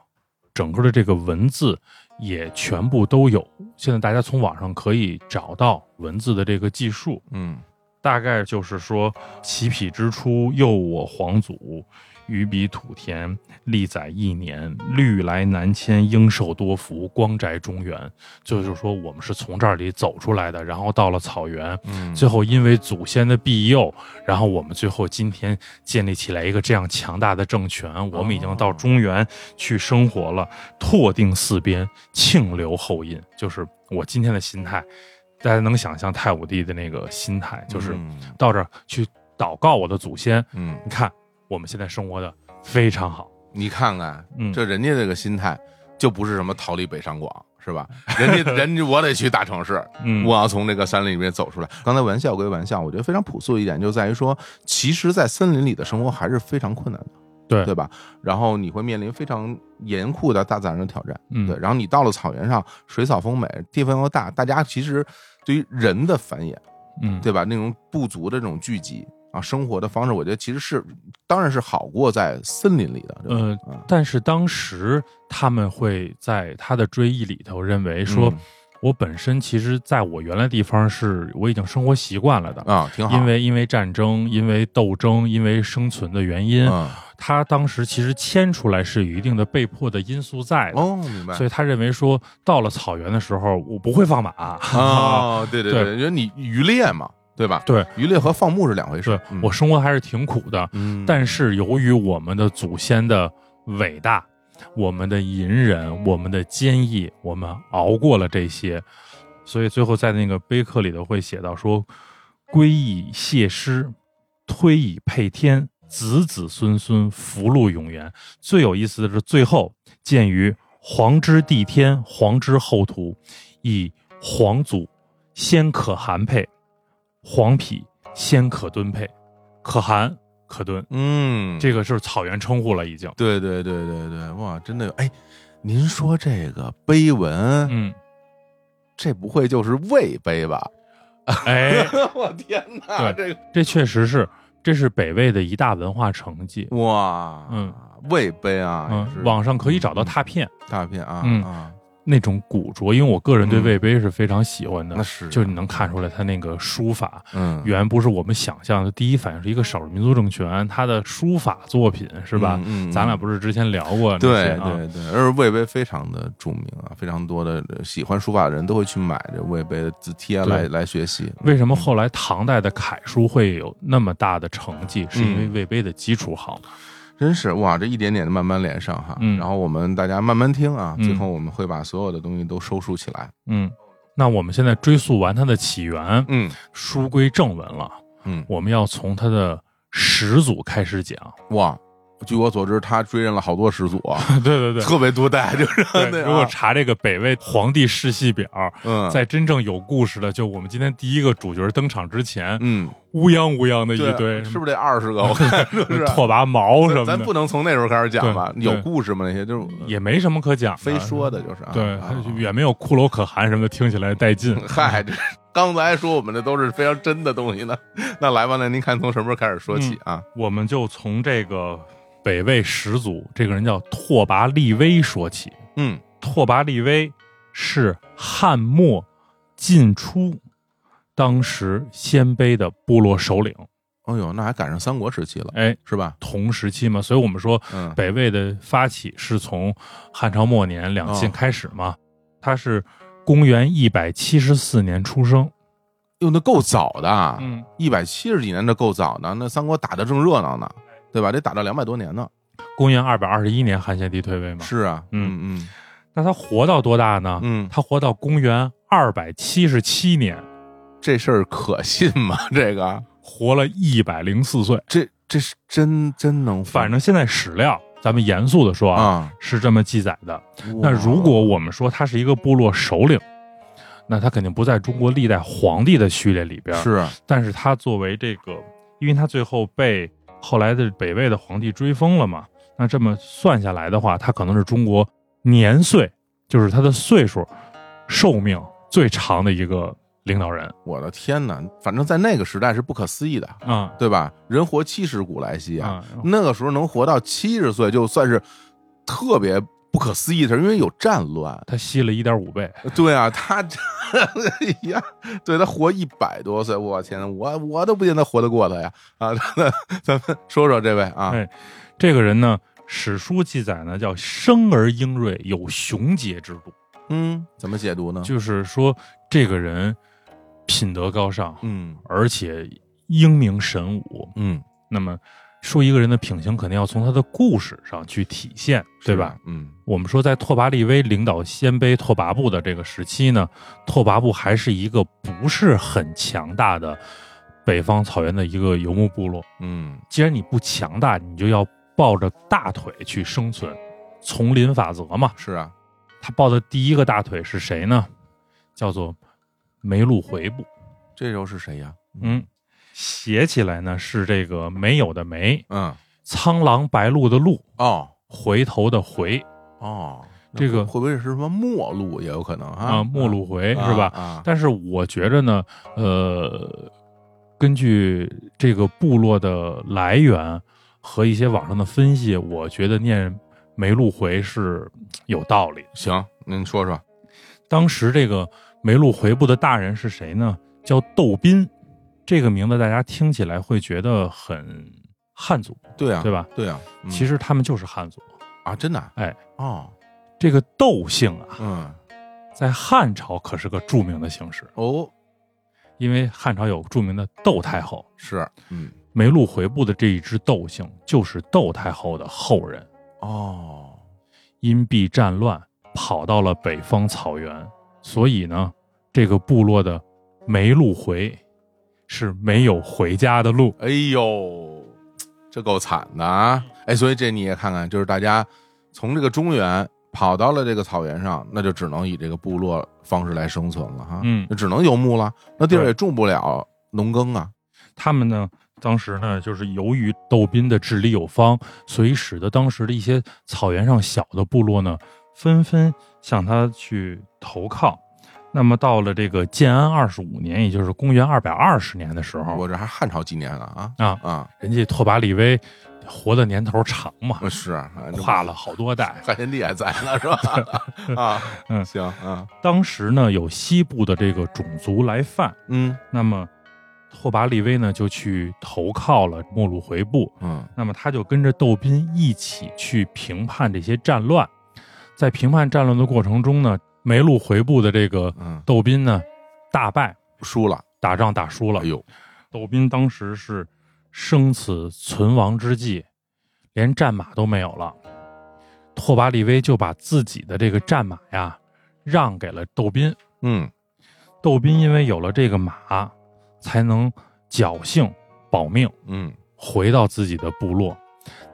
Speaker 1: 整个的这个文字也全部都有。现在大家从网上可以找到文字的这个记述，
Speaker 2: 嗯
Speaker 1: 大概就是说：“其匹之初，幼我皇祖，于彼土田，历载一年。虑来南迁，应受多福，光宅中原。”就是说，我们是从这里走出来的，然后到了草原，
Speaker 2: 嗯，
Speaker 1: 最后因为祖先的庇佑，然后我们最后今天建立起来一个这样强大的政权。我们已经
Speaker 2: 哦
Speaker 1: 到中原去生活了，拓定四边，庆留后印。就是我今天的心态，大家能想象太武帝的那个心态，就是
Speaker 2: 嗯
Speaker 1: 到这儿去祷告我的祖先。
Speaker 2: 嗯，
Speaker 1: 你看，我们现在生活的非常好。
Speaker 2: 你看看
Speaker 1: 嗯，
Speaker 2: 这人家这个心态，就不是什么逃离北上广。是吧？人家人家我得去大城市，
Speaker 1: 嗯，
Speaker 2: 我要从这个山林里面走出来。刚才玩笑归玩笑，我觉得非常朴素一点，就在于说，其实，在森林里的生活还是非常困难的，
Speaker 1: 对
Speaker 2: 对吧？然后你会面临非常严酷的大自然的挑战，
Speaker 1: 嗯
Speaker 2: 对。然后你到了草原上，水草丰美，地方又大，大家其实对于人的繁衍，
Speaker 1: 嗯，
Speaker 2: 对吧？那种部族的这种聚集啊，生活的方式，我觉得其实是当然是好过在森林里的，对吧？嗯
Speaker 1: 但是当时他们会在他的追忆里头认为说，
Speaker 2: 嗯
Speaker 1: 我本身其实在我原来地方是我已经生活习惯了的，
Speaker 2: 嗯啊，挺好，
Speaker 1: 因为因为战争、因为斗争、因为生存的原因，
Speaker 2: 嗯
Speaker 1: 他当时其实迁出来是有一定的被迫的因素在的，
Speaker 2: 哦，明白，
Speaker 1: 所以他认为说到了草原的时候，我不会放马，
Speaker 2: 哦，对对
Speaker 1: 对
Speaker 2: 对，因为你渔猎嘛，对吧？
Speaker 1: 对，
Speaker 2: 渔猎和放牧是两回事
Speaker 1: 对。
Speaker 2: 嗯
Speaker 1: 我，生活还是挺苦的，
Speaker 2: 嗯，
Speaker 1: 但是由于我们的祖先的伟大，我们的隐忍，我们的坚毅，我们熬过了这些，所以最后在那个碑刻里头会写到说：“归以谢师，推以配天，子子孙孙福禄永延。”最有意思的是最后见于皇之帝天，皇之后土，以皇祖先可汗配，皇匹先可敦配，可汗可敦。
Speaker 2: 嗯，
Speaker 1: 这个是草原称呼了，已经。
Speaker 2: 对对对对对，哇，真的有哎。您说这个碑文，
Speaker 1: 嗯，
Speaker 2: 这不会就是魏碑吧？
Speaker 1: 哎，
Speaker 2: 我天哪，这个
Speaker 1: 这确实是，这是北魏的一大文化成绩。
Speaker 2: 哇，
Speaker 1: 嗯，
Speaker 2: 魏碑啊，也
Speaker 1: 嗯，
Speaker 2: 是
Speaker 1: 网上可以找到拓片，
Speaker 2: 大片啊，
Speaker 1: 嗯
Speaker 2: 啊，
Speaker 1: 那种古拙，因为我个人对魏碑是非常喜欢的，
Speaker 2: 嗯那是
Speaker 1: 就你能看出来他那个书法
Speaker 2: 嗯
Speaker 1: 原不是我们想象的，第一反应是一个少数民族政权，他的书法作品是吧？
Speaker 2: 嗯嗯嗯
Speaker 1: 咱俩不是之前聊过那些
Speaker 2: 对
Speaker 1: 啊？
Speaker 2: 对对，而魏碑非常的著名啊，非常多的呃喜欢书法的人都会去买这魏碑的字帖
Speaker 1: 对
Speaker 2: 来来学习。
Speaker 1: 为什么后来唐代的楷书会有那么大的成绩？是
Speaker 2: 嗯
Speaker 1: 因为魏碑的基础好。
Speaker 2: 真是哇，这一点点的慢慢连上哈。
Speaker 1: 嗯
Speaker 2: 然后我们大家慢慢听啊，
Speaker 1: 嗯
Speaker 2: 最后我们会把所有的东西都收束起来。
Speaker 1: 嗯，那我们现在追溯完它的起源，
Speaker 2: 嗯
Speaker 1: 书归正文了。
Speaker 2: 嗯，
Speaker 1: 我们要从它的始祖开始讲。
Speaker 2: 哇，据我所知，他追认了好多始祖啊，
Speaker 1: 对 对对。
Speaker 2: 特别多代，就是
Speaker 1: 对，
Speaker 2: 那
Speaker 1: 如果
Speaker 2: 啊
Speaker 1: 查这个北魏皇帝世系表，
Speaker 2: 嗯
Speaker 1: 在真正有故事的，就我们今天第一个主角登场之前，
Speaker 2: 嗯，
Speaker 1: 乌泱乌泱的一
Speaker 2: 对，啊
Speaker 1: 堆，
Speaker 2: 是不是得二 十个？我看是不是？啊
Speaker 1: 拓跋毛什么
Speaker 2: 咱
Speaker 1: 的
Speaker 2: 不，能从那时候开始讲吧？
Speaker 1: 对对
Speaker 2: 有故事吗？那些就是
Speaker 1: 也没什么可讲的，
Speaker 2: 非说的，就是啊
Speaker 1: 对，
Speaker 2: 啊嗯
Speaker 1: 它就也没有骷髅可汗什么的，听起来带劲。 嗯
Speaker 2: 嗨，这刚才说我们这都是非常真的东西呢，那来吧，那您看从什么时候开始说起啊？
Speaker 1: 我们就从这个北魏始祖，这个人叫拓跋力微说起。
Speaker 2: 嗯，
Speaker 1: 拓跋力微是汉末晋初当时鲜卑的部落首领，
Speaker 2: 哎呦，那还赶上三国时期了，
Speaker 1: 哎，
Speaker 2: 是吧？
Speaker 1: 同时期嘛，所以我们说
Speaker 2: 嗯
Speaker 1: 北魏的发起是从汉朝末年两晋
Speaker 2: 哦
Speaker 1: 开始嘛，他是公元一百七十四年出生，
Speaker 2: 哟，那够早的啊，
Speaker 1: 嗯，
Speaker 2: 一百七十几年，这够早的。那三国打得正热闹呢，对吧？得打到两百多年呢。
Speaker 1: 公元二百二十一年汉献帝退位嘛，
Speaker 2: 是啊，
Speaker 1: 嗯
Speaker 2: 嗯
Speaker 1: 那他活到多大呢？
Speaker 2: 嗯嗯，
Speaker 1: 他活到公元二百七十七年，
Speaker 2: 这事儿可信吗？ 这个，
Speaker 1: 活了一百零四岁。
Speaker 2: 这这是真真能疯，
Speaker 1: 反正现在史料，咱们严肃的说啊，
Speaker 2: 啊。
Speaker 1: 是这么记载的。
Speaker 2: 哇哦
Speaker 1: 那如果我们说他是一个部落首领，那他肯定不在中国历代皇帝的序列里边。，
Speaker 2: 是啊
Speaker 1: 但是他作为这个，因为他最后被后来的北魏的皇帝追封了嘛，那这么算下来的话，他可能是中国年岁，就是他的岁数、寿命最长的一个领导人
Speaker 2: 我的天哪，反正在那个时代是不可思议的，
Speaker 1: 啊。
Speaker 2: 对吧？人活七十古来稀啊，
Speaker 1: 啊，
Speaker 2: 那个时候能活到七十岁，就算是特别不可思议的事儿，因为有战乱。
Speaker 1: 他吸了一点五倍，
Speaker 2: 对啊，他这 哎呀，对他活一百多岁，我天哪，我我都不见得活得过他呀！啊， 那咱们说说这位啊，
Speaker 1: 哎这个人呢，史书记载呢叫生而英锐，有雄杰之度，
Speaker 2: 嗯，怎么解读呢？
Speaker 1: 就是说这个人品德高尚，
Speaker 2: 嗯
Speaker 1: 而且英明神武。
Speaker 2: 嗯，
Speaker 1: 那么说一个人的品行，肯定要从他的故事上去体现，对
Speaker 2: 是
Speaker 1: 吧？？
Speaker 2: 嗯
Speaker 1: 我们说，在拓跋力微领导鲜卑拓跋部的这个时期呢，拓跋部还是一个不是很强大的北方草原的一个游牧部落。
Speaker 2: 嗯，
Speaker 1: 既然你不强大，你就要抱着大腿去生存，丛林法则嘛。
Speaker 2: 是啊，
Speaker 1: 他抱的第一个大腿是谁呢？叫做梅鹿回部。
Speaker 2: 这时候是谁呀？
Speaker 1: 嗯，写起来呢是这个没有的没，
Speaker 2: 嗯，
Speaker 1: 苍狼白鹿的鹿，
Speaker 2: 哦
Speaker 1: 回头的回
Speaker 2: 哦，那
Speaker 1: 这个
Speaker 2: 会不会是什么末路也有可能啊？
Speaker 1: 啊，末路回、
Speaker 2: 啊
Speaker 1: 是吧？
Speaker 2: 啊，
Speaker 1: 但是我觉着呢，呃，根据这个部落的来源和一些网上的分析，我觉得念梅鹿回是有道理的。
Speaker 2: 行，您说说，
Speaker 1: 当时这个梅鹿回部的大人是谁呢？叫窦宾，这个名字大家听起来会觉得很汉族，
Speaker 2: 对啊，
Speaker 1: 对吧？
Speaker 2: 对啊，嗯
Speaker 1: 其实他们就是汉族。
Speaker 2: 啊，真的啊，
Speaker 1: 哎，
Speaker 2: 哦，
Speaker 1: 这个窦姓啊，
Speaker 2: 嗯，
Speaker 1: 在汉朝可是个著名的姓氏，
Speaker 2: 哦，
Speaker 1: 因为汉朝有著名的窦太后。
Speaker 2: 是，嗯，
Speaker 1: 梅鹿回部的这一支窦姓就是窦太后的后人，
Speaker 2: 哦，
Speaker 1: 因避战乱跑到了北方草原，所以呢，这个部落的梅鹿回是没有回家的路。
Speaker 2: 哎呦，这够惨的啊！哎，所以这你也看看，就是大家从这个中原跑到了这个草原上，那就只能以这个部落方式来生存了哈，
Speaker 1: 嗯
Speaker 2: 那只能游牧了，那地儿
Speaker 1: 对
Speaker 2: 也种不了农耕啊，
Speaker 1: 他们呢，当时呢，就是由于窦斌的治理有方，所以使得当时的一些草原上小的部落呢，纷纷向他去投靠。那么到了这个建安二十五年，也就是公元二百二十年的时候，
Speaker 2: 我这还汉朝几年呢啊
Speaker 1: 啊
Speaker 2: 啊，
Speaker 1: 人家拓跋力微活的年头长嘛，
Speaker 2: 我是 啊这
Speaker 1: 跨了好多代。
Speaker 2: 汉献帝还在 呢是吧？啊，
Speaker 1: 嗯
Speaker 2: 行啊，
Speaker 1: 当时呢，有西部的这个种族来犯，
Speaker 2: 嗯
Speaker 1: 那么拓跋力微呢就去投靠了莫鲁回部，
Speaker 2: 嗯
Speaker 1: 那么他就跟着窦斌一起去评判这些战乱。在评判战乱的过程中呢，梅路回部的这个
Speaker 2: 嗯，
Speaker 1: 窦斌呢大败，
Speaker 2: 输了，
Speaker 1: 打仗打输了
Speaker 2: 哎。呦，
Speaker 1: 窦斌当时是生死存亡之际，连战马都没有了。拓跋力微就把自己的这个战马呀让给了窦斌，
Speaker 2: 嗯
Speaker 1: 窦斌因为有了这个马，才能侥幸保命
Speaker 2: 嗯
Speaker 1: 回到自己的部落，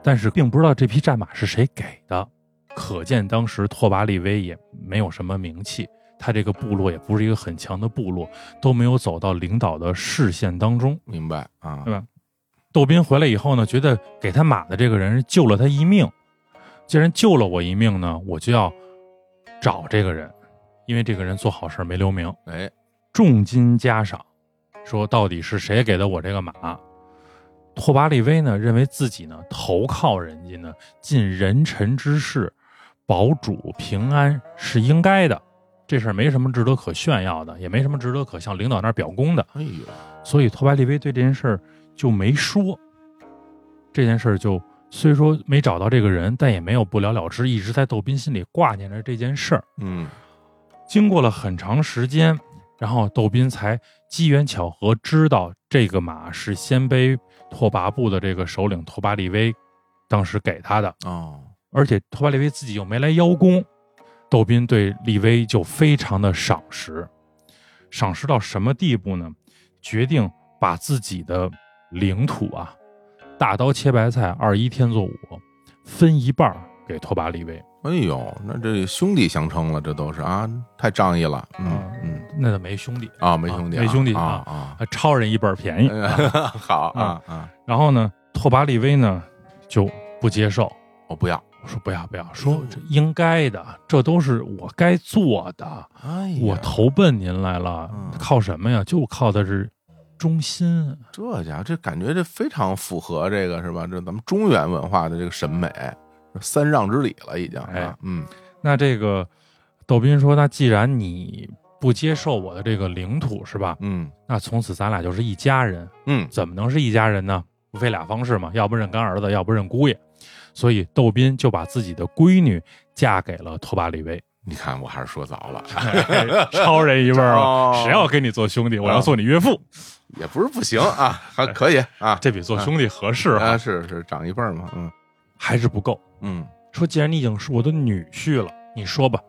Speaker 1: 但是并不知道这匹战马是谁给的。可见当时拓跋力微也没有什么名气，他这个部落也不是一个很强的部落，都没有走到领导的视线当中。
Speaker 2: 明白啊
Speaker 1: 对，吧窦斌回来以后呢，觉得给他马的这个人是救了他一命，既然救了我一命呢，我就要找这个人，因为这个人做好事没留名，
Speaker 2: 哎，
Speaker 1: 重金加赏，说到底是谁给的我这个马？拓跋力微呢，认为自己呢投靠人家呢，尽人臣之事，保主平安是应该的，这事儿没什么值得可炫耀的，也没什么值得可向领导那儿表功的。
Speaker 2: 哎呦，
Speaker 1: 所以拓跋力微对这件事儿就没说。这件事儿就虽说没找到这个人，但也没有不了了之，一直在窦斌心里挂念着这件事儿。
Speaker 2: 嗯
Speaker 1: 经过了很长时间，然后窦斌才机缘巧合知道这个马是鲜卑拓跋部的这个首领拓跋力微当时给他的，
Speaker 2: 哦，
Speaker 1: 而且拓跋力微自己又没来邀功，窦斌对立威就非常的赏识，赏识到什么地步呢？决定把自己的领土啊，大刀切白菜，二一天作五，分一半儿给拓跋力微。
Speaker 2: 哎呦，那这兄弟相称了，这都是啊，太仗义了，嗯嗯
Speaker 1: 那倒没兄弟，
Speaker 2: 啊，没兄弟啊，
Speaker 1: 没兄弟
Speaker 2: 啊
Speaker 1: 啊
Speaker 2: 啊，
Speaker 1: 还超人一半儿便宜。
Speaker 2: 啊 好啊啊，
Speaker 1: 然后呢，拓跋力微呢就不接受，
Speaker 2: 我不要，
Speaker 1: 说不要不要，说
Speaker 2: 嗯
Speaker 1: 这应该的，这都是我该做的。
Speaker 2: 哎呀，
Speaker 1: 我投奔您来了，
Speaker 2: 嗯
Speaker 1: 靠什么呀？就靠的是忠心。
Speaker 2: 这家伙这感觉这非常符合这个是吧？这咱们中原文化的这个审美，三让之礼了已经。
Speaker 1: 哎
Speaker 2: 啊嗯
Speaker 1: 那这个窦斌说，那既然你不接受我的这个领土是吧？
Speaker 2: 嗯
Speaker 1: 那从此咱俩就是一家人，
Speaker 2: 嗯，
Speaker 1: 怎么能是一家人呢？无非俩方式嘛，要不认干儿子，要不认姑爷。所以窦斌就把自己的闺女嫁给了拓跋力微。
Speaker 2: 你看我还是说早了，
Speaker 1: 哎 超人一辈儿
Speaker 2: 哦嗯
Speaker 1: 了，谁要跟你做兄弟？我要做你岳父，
Speaker 2: 也不是不行啊，还
Speaker 1: 哎
Speaker 2: 可以啊。
Speaker 1: 这比做兄弟合适
Speaker 2: 啊
Speaker 1: 啊，
Speaker 2: 是是长一辈儿嘛，嗯
Speaker 1: 还是不够。
Speaker 2: 嗯
Speaker 1: 说既然你已经是我的女婿了，你说吧，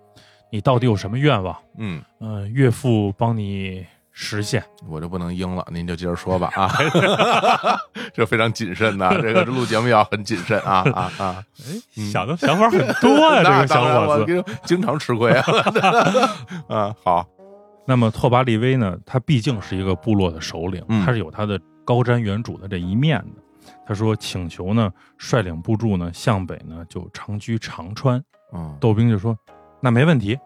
Speaker 1: 你到底有什么愿望？
Speaker 2: 嗯，
Speaker 1: 嗯、岳父帮你实现。
Speaker 2: 我就不能应了，您就接着说吧啊， 这非常谨慎 的，这个录节目要很谨慎啊啊啊！嗯
Speaker 1: 想的想法很多 呀、这
Speaker 2: 那
Speaker 1: 个小
Speaker 2: 当然
Speaker 1: 伙子。
Speaker 2: 我跟经常吃亏啊， 啊好，
Speaker 1: 那么拓跋力微呢，他毕竟是一个部落的首领，
Speaker 2: 嗯
Speaker 1: 他是有他的高瞻远瞩的这一面的。他说：“请求呢，率领部众呢向北呢就长居长川。”
Speaker 2: 嗯
Speaker 1: 窦兵就说：“那没问题，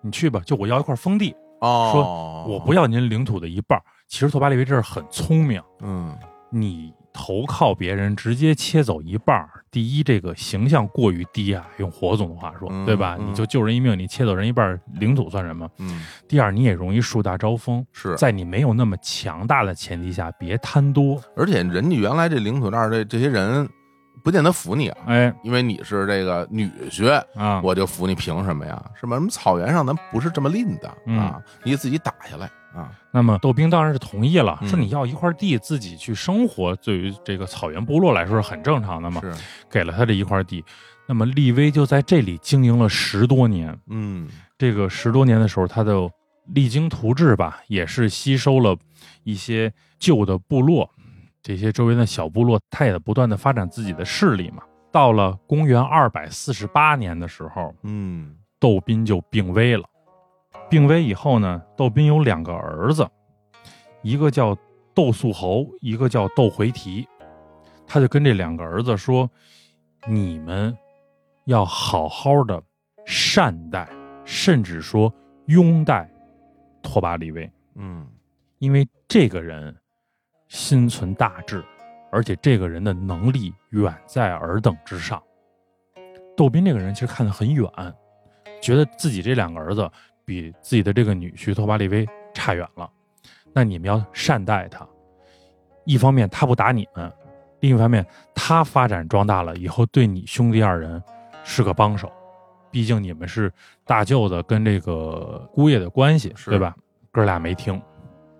Speaker 1: 你去吧，就我要一块封地，
Speaker 2: 哦，
Speaker 1: 我不要您领土的一半儿。”其实拓跋力微这儿很聪明，
Speaker 2: 嗯
Speaker 1: 你投靠别人，直接切走一半儿，第一这个形象过于低啊，用火总的话说，
Speaker 2: 嗯
Speaker 1: 对吧？
Speaker 2: 嗯
Speaker 1: 你就救人一命，你切走人一半儿领土算什么？
Speaker 2: 嗯
Speaker 1: 第二，你也容易树大招风，
Speaker 2: 是
Speaker 1: 在你没有那么强大的前提下，别贪多。
Speaker 2: 而且人家原来这领土那儿这这些人不见得服你啊，
Speaker 1: 哎
Speaker 2: 因为你是这个女婿，
Speaker 1: 啊，
Speaker 2: 我就服你，凭什么呀？是吧？我们草原上咱不是这么吝的啊
Speaker 1: 嗯，
Speaker 2: 你得自己打下来啊。
Speaker 1: 那么窦兵当然是同意了，
Speaker 2: 嗯
Speaker 1: 说你要一块地自己去生活，对于这个草原部落来说是很正常的嘛。
Speaker 2: 是，
Speaker 1: 给了他这一块地，那么立威就在这里经营了十多年。
Speaker 2: 嗯
Speaker 1: 这个十多年的时候，他的励精图治吧，也是吸收了一些旧的部落，这些周围的小部落，他也不断的发展自己的势力嘛。到了公元二百四十八年的时候，
Speaker 2: 嗯
Speaker 1: 窦斌就病危了。病危以后呢，窦斌有两个儿子，一个叫窦肃侯，一个叫窦回提。他就跟这两个儿子说：“你们要好好的善待，甚至说拥戴拓跋力微，
Speaker 2: 嗯
Speaker 1: 因为这个人心存大志，而且这个人的能力远在尔等之上。窦斌这个人其实看得很远，觉得自己这两个儿子比自己的这个女婿拓跋力微差远了。那你们要善待他，一方面他不打你们，另一方面他发展壮大了以后，对你兄弟二人是个帮手。毕竟你们是大舅子跟这个姑爷的关系，
Speaker 2: 是
Speaker 1: 对吧？哥俩没听，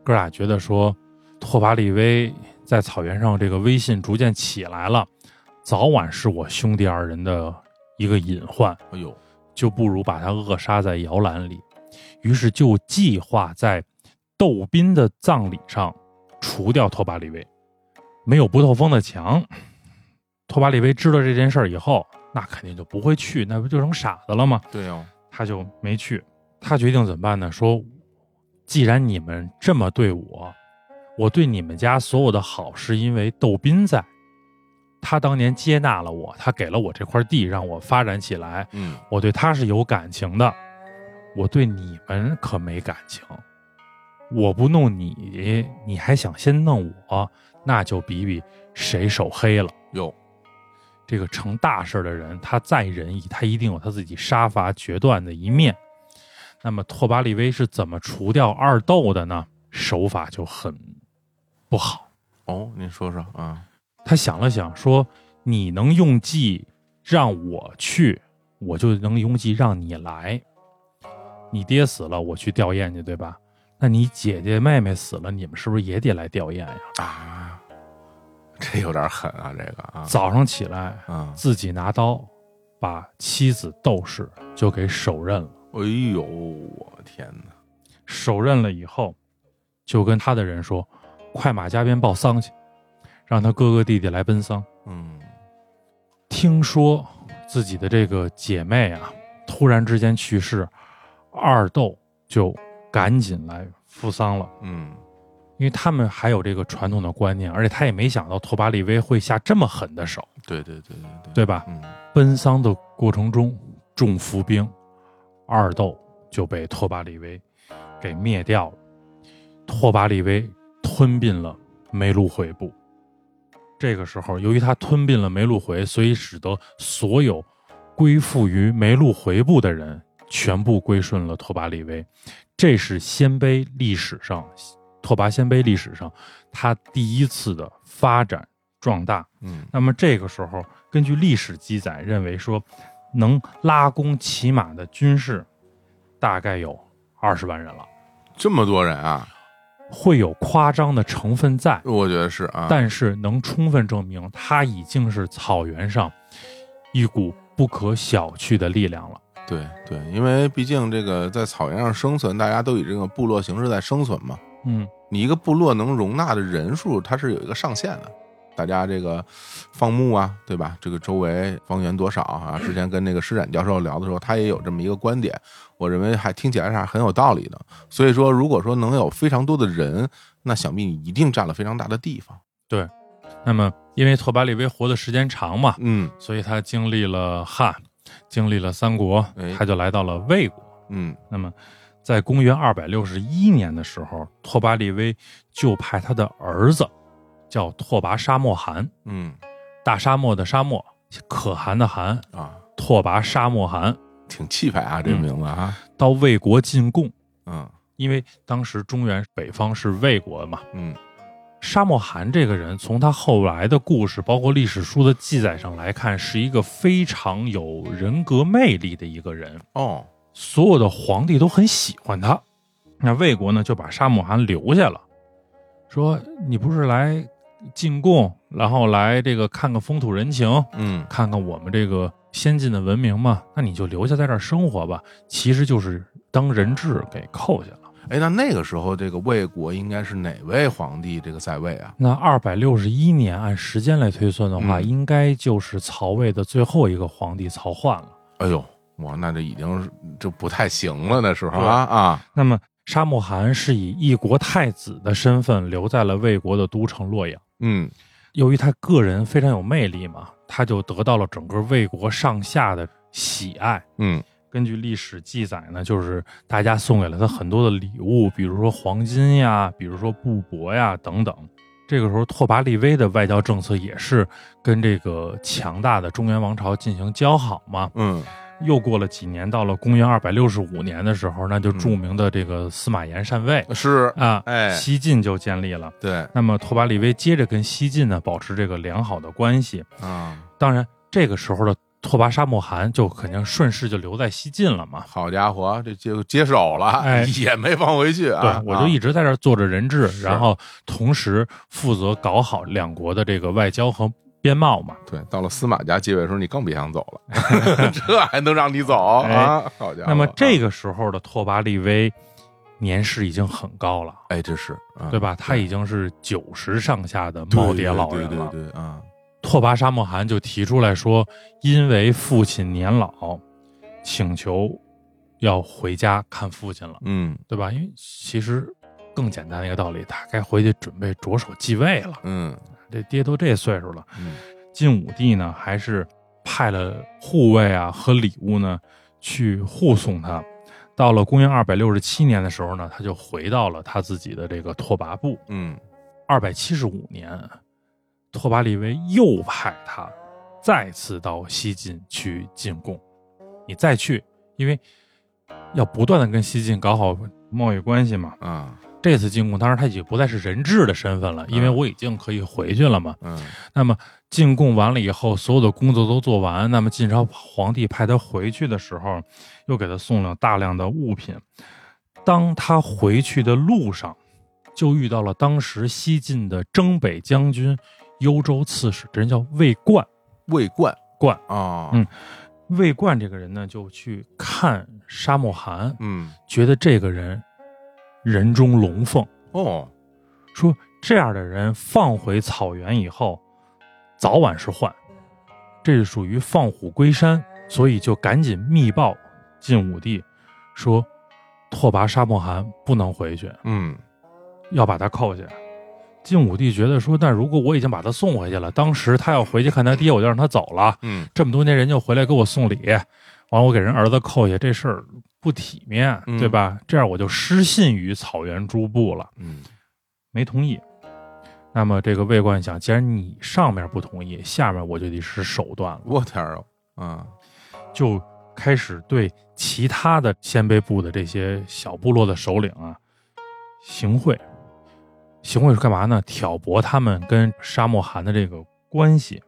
Speaker 1: 哥俩觉得说，拓跋力微在草原上这个威信逐渐起来了，早晚是我兄弟二人的一个隐患，
Speaker 2: 哎呦，
Speaker 1: 就不如把他扼杀在摇篮里。于是就计划在窦斌的葬礼上除掉拓跋力微。没有不透风的墙，拓跋力微知道这件事儿以后，那肯定就不会去，那不就成傻子了吗？
Speaker 2: 对哦，
Speaker 1: 他就没去。他决定怎么办呢？说，既然你们这么对我，我对你们家所有的好是因为窦斌在，他当年接纳了我，他给了我这块地，让我发展起来，
Speaker 2: 嗯
Speaker 1: 我对他是有感情的，我对你们可没感情。我不弄你，你还想先弄我，那就比比谁手黑了。
Speaker 2: 哟，
Speaker 1: 这个成大事儿的人，他再仁义，他一定有他自己杀伐决断的一面。那么拓跋力微是怎么除掉二斗的呢？手法就很不好。
Speaker 2: 哦，您说说啊，
Speaker 1: 他想了想，说：“你能用计让我去，我就能用计让你来。你爹死了，我去吊唁去，对吧？那你姐姐妹妹死了，你们是不是也得来吊唁呀？
Speaker 2: 啊， 这有点狠啊，这个啊，
Speaker 1: 早上起来，
Speaker 2: 啊，
Speaker 1: 自己拿刀把妻子窦氏就给手刃了。”
Speaker 2: 哎呦，我天哪，
Speaker 1: 手刃了以后，就跟他的人说：“快马加鞭报丧去，让他哥哥弟弟来奔丧。
Speaker 2: 嗯”
Speaker 1: 听说自己的这个姐妹啊，突然之间去世，二斗就赶紧来扶丧了，
Speaker 2: 嗯，
Speaker 1: 因为他们还有这个传统的观念，而且他也没想到拓跋力微会下这么狠的手，
Speaker 2: 对对对对对，
Speaker 1: 对吧？
Speaker 2: 嗯，
Speaker 1: 奔丧的过程中，众伏兵二斗就被拓跋力微给灭掉了。拓跋力微吞并了梅鹿回部。这个时候，由于他吞并了梅鹿回，所以使得所有归附于梅鹿回部的人全部归顺了拓跋力微。这是鲜卑历史上，拓跋鲜卑历史上他第一次的发展壮大。
Speaker 2: 嗯
Speaker 1: 那么这个时候，根据历史记载，认为说能拉弓骑马的军士大概有二十万人了，
Speaker 2: 这么多人啊，
Speaker 1: 会有夸张的成分在，
Speaker 2: 我觉得是啊，
Speaker 1: 但是能充分证明它已经是草原上一股不可小觑的力量了。
Speaker 2: 对对，因为毕竟这个在草原上生存，大家都以这个部落形式在生存嘛。
Speaker 1: 嗯，
Speaker 2: 你一个部落能容纳的人数，它是有一个上限的。大家这个放牧啊，对吧？这个周围方圆多少啊？之前跟那个施展教授聊的时候，他也有这么一个观点，我认为还听起来是很有道理的。所以说，如果说能有非常多的人，那想必你一定占了非常大的地方。
Speaker 1: 那么因为拓跋力微活的时间长嘛，
Speaker 2: 嗯
Speaker 1: 所以他经历了汉，经历了三国
Speaker 2: 哎，
Speaker 1: 他就来到了魏国。
Speaker 2: 嗯
Speaker 1: 那么，在公元二百六十一年的时候，拓跋力微就派他的儿子叫拓跋沙漠汗，
Speaker 2: 嗯
Speaker 1: 大沙漠的沙漠，可汗的汗，
Speaker 2: 啊，
Speaker 1: 拓跋沙漠汗
Speaker 2: 挺气派啊，这个名字啊。
Speaker 1: 到魏国进贡，
Speaker 2: 嗯
Speaker 1: 因为当时中原北方是魏国嘛。
Speaker 2: 嗯
Speaker 1: 沙漠汗这个人，从他后来的故事，包括历史书的记载上来看，是一个非常有人格魅力的一个人。
Speaker 2: 哦，
Speaker 1: 所有的皇帝都很喜欢他。那魏国呢，就把沙漠汗留下了，说你不是来进贡，然后来这个看看风土人情，
Speaker 2: 嗯
Speaker 1: 看看我们这个先进的文明嘛，那你就留下在这儿生活吧。其实就是当人质给扣下了。
Speaker 2: 哎，那那个时候这个魏国应该是哪位皇帝这个在位啊？
Speaker 1: 那二百六十一年，按时间来推算的话，
Speaker 2: 嗯
Speaker 1: 应该就是曹魏的最后一个皇帝曹奂了。
Speaker 2: 哎呦，哇，那这已经是就不太行了，那时候啊啊，
Speaker 1: 那么沙漠汗是以一国太子的身份留在了魏国的都城洛阳。
Speaker 2: 嗯
Speaker 1: 由于他个人非常有魅力嘛，他就得到了整个魏国上下的喜爱，
Speaker 2: 嗯
Speaker 1: 根据历史记载呢，就是大家送给了他很多的礼物，比如说黄金呀，比如说布帛呀等等。这个时候，拓跋力微的外交政策也是跟这个强大的中原王朝进行交好嘛。
Speaker 2: 嗯
Speaker 1: 又过了几年，到了公元二百六十五年的时候，那就著名的这个司马炎禅位
Speaker 2: 是，
Speaker 1: 啊，
Speaker 2: 哎，
Speaker 1: 西晋就建立了。
Speaker 2: 对
Speaker 1: 那么拓跋力微接着跟西晋呢保持这个良好的关系。
Speaker 2: 啊，
Speaker 1: 当然，这个时候的拓跋沙漠汗就肯定顺势就留在西晋了嘛。
Speaker 2: 好家伙，这就接手了，
Speaker 1: 哎
Speaker 2: 也没放回去啊
Speaker 1: 对，，我就一
Speaker 2: 啊
Speaker 1: 直在这儿做着人质，
Speaker 2: 是
Speaker 1: 然后同时负责搞好两国的这个外交和边贸嘛。
Speaker 2: 对，到了司马家继位的时候，你更别想走 了，这还能让你走啊？好家伙！
Speaker 1: 哎那么这
Speaker 2: 个，
Speaker 1: 个时候的拓跋力微年事已经很高了，
Speaker 2: 哎，这是啊
Speaker 1: 对吧？他已经是九十上下的耄耋老人了。
Speaker 2: 对对对对对啊，
Speaker 1: 拓跋沙漠汗就提出来说，因为父亲年老，请求要回家看父亲了，
Speaker 2: 嗯
Speaker 1: 对吧？因为其实更简单的一个道理，他该回去准备着手继位了。
Speaker 2: 嗯
Speaker 1: 这爹都这岁数了。
Speaker 2: 嗯
Speaker 1: 晋武帝呢，还是派了护卫啊和礼物呢去护送他。到了公元二百六十七年的时候呢，他就回到了他自己的这个拓跋部。
Speaker 2: 嗯，
Speaker 1: 二百七十五年，拓跋力微又派他再次到西晋去进贡。你再去，因为要不断的跟西晋搞好贸易关系嘛。
Speaker 2: 啊
Speaker 1: 这次进贡，当然他已经不再是人质的身份了，因为
Speaker 2: 嗯
Speaker 1: 我已经可以回去了嘛。
Speaker 2: 嗯
Speaker 1: 那么进贡完了以后，所有的工作都做完，那么晋朝皇帝派他回去的时候，又给他送了大量的物品。当他回去的路上，就遇到了当时西晋的征北将军、幽州刺史，这人叫魏冠。
Speaker 2: 魏冠
Speaker 1: 冠
Speaker 2: 啊，
Speaker 1: 嗯魏冠这个人呢，就去看沙漠汗，
Speaker 2: 嗯
Speaker 1: 觉得这个人人中龙凤，
Speaker 2: 哦，
Speaker 1: 说这样的人放回草原以后，早晚是患，这是属于放虎归山，所以就赶紧密报晋武帝，说拓跋沙漠汗不能回去，
Speaker 2: 嗯
Speaker 1: 要把他扣下。晋武帝觉得说，那如果我已经把他送回去了，当时他要回去看他爹，我就让他走了。
Speaker 2: 嗯
Speaker 1: 这么多年人家回来给我送礼，完了我给人儿子扣下，这事儿不体面，
Speaker 2: 嗯
Speaker 1: 对吧？这样我就失信于草原诸部了。
Speaker 2: 嗯
Speaker 1: 没同意。那么这个魏冠想，既然你上面不同意，下面我就得使手段了，
Speaker 2: 我天儿啊，啊
Speaker 1: 就开始对其他的鲜卑部的这些小部落的首领啊行贿。行贿是干嘛呢？挑拨他们跟沙漠汗的这个关系。